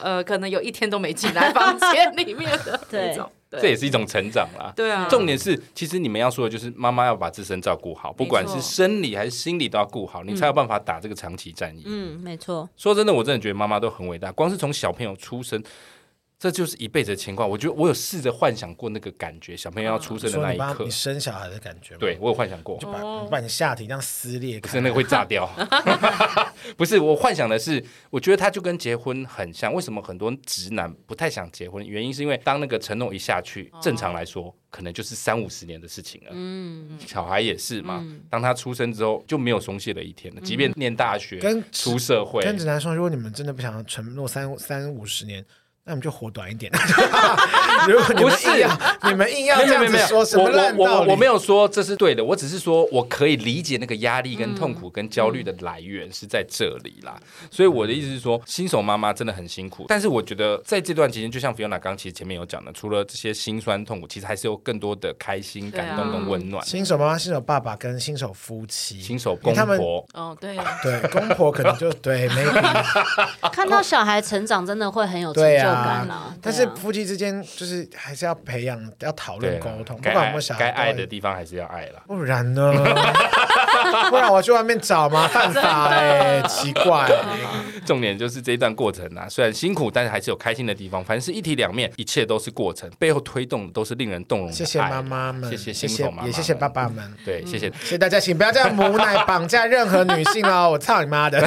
呃，可能有一天都没进来房间里面的
对
那种。
这也是一种成长啦。
对啊，
重点是，其实你们要说的就是妈妈要把自身照顾好，不管是生理还是心理都要顾好，你才有办法打这个长期战役。
嗯，没错，
说真的，我真的觉得妈妈都很伟大，光是从小朋友出生。这就是一辈子的情况。我觉得我有试着幻想过那个感觉，小朋友要出生的
哦说
那
你
一
帮
刻
你，生小孩的感觉吗？
对，我有幻想过，
就把
哦
把你下体这样撕裂
不
开
是那个会炸掉。 不是，我幻想的是，我觉得它就跟结婚很像。为什么很多直男不太想结婚？原因是因为当那个承诺一下去，正常来说可能就是三五十年的事情了。
嗯，
小孩也是嘛，当他出生之后就没有松懈的一天了，即便念大学、
嗯跟
出社会，
跟直男说，如果你们真的不想要承诺三三五十年，那你们就活短 一点。如果你
不
们
是
硬要你们硬要
没
这
有没有
样子
没有
说什么烂
我我
道
我
理？
我没有说这是对的，我只是说我可以理解那个压力跟痛苦跟焦虑的来源是在这里啦。所以我的意思是说，新手妈妈真的很辛苦，但是我觉得在这段期间，就像 Fiona 刚刚其实前面有讲的，除了这些辛酸痛苦，其实还是有更多的开心、
对
感
啊
动跟温暖。
新手妈妈、新手爸爸跟新手夫妻，
新手
因
公
为他们
婆，
哦，对，
对公婆可能就对 maybe
看到小孩成长真的会很有成
对
就感
啊
啦。，
但是
对啊
夫妻之间就是还是要培养、要讨
对
论、
啊
沟通，不
该
管有
爱
没有小
该
孩，
爱的地方还是要爱啦。
不然 呢？不然我去外面找嘛，犯法哎、奇 怪、
重点就是这一段过程啊，虽然辛苦，但是还是有开心的地方。凡事一体两面，一切都是过程，背后推动的都是令人动容的爱。
谢谢妈妈们，
谢谢新手妈妈，
也谢谢爸。爸们。
对，谢谢
谢谢大家，请不要再用母奶绑架任何女性哦！ 我操你妈的，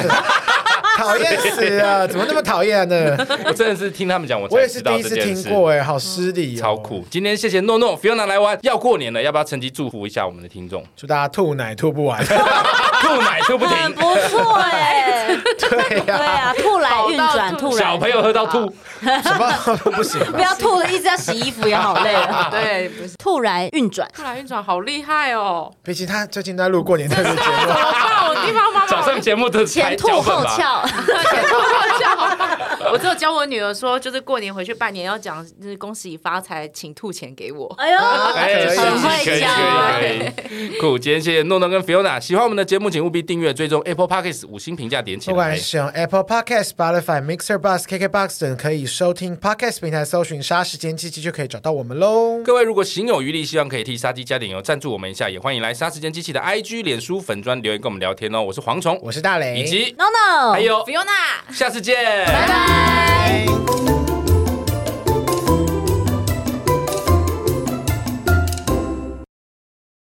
讨厌死了，怎么那么讨厌 呢？
我真的是听他们讲，我
我
才
也是
知
第
道
一
这
次
件
听
事。
过哎，好失礼、哦，
超！酷！今天谢谢诺诺、Fiona 来玩，要过年了，要不要趁机祝福一下我们的听众？
祝大家吐奶吐不完，
吐奶吐不
很
停，
不错哎、
对
对
呀、
啊，吐来运转，
饱到吐
吐来
小朋友喝到吐，
什么都不行
不要吐了，一直要洗衣服也好累了。
对，啊不是
吐来运转，
突然运转好厉害哦！
毕竟他最近在录过年特别 节目，
我靠，我地方妈妈，
早上节目的
前
才
吐
脚本
后
吧。
翘，
我只有教我女儿说，就是过年回去拜年要讲，就是恭喜发财，请吐钱给 我。
哎呦，
哎，
很
会
可以
教啊
可以可以，酷！今天谢谢诺诺跟 Fiona，喜欢我们的节目，请务必订阅、追踪 Apple Podcast 五星评价点起
不管
来。
使用 Apple Podcast、Spotify、Mixer、Bus、KKBox 等可以收听 Podcast 平台，搜寻“杀时间机器”就可以找到我们喽。
各位如果行有余力，希望可以替杀鸡加点油，赞助我们一下，也欢迎来杀时间机器的 IG、脸书粉砖留言跟我们聊天哦。我是蝗虫，
我是大雷，
以及
no no，
还有，
Fiona，
下次见，拜
拜拜。
拜。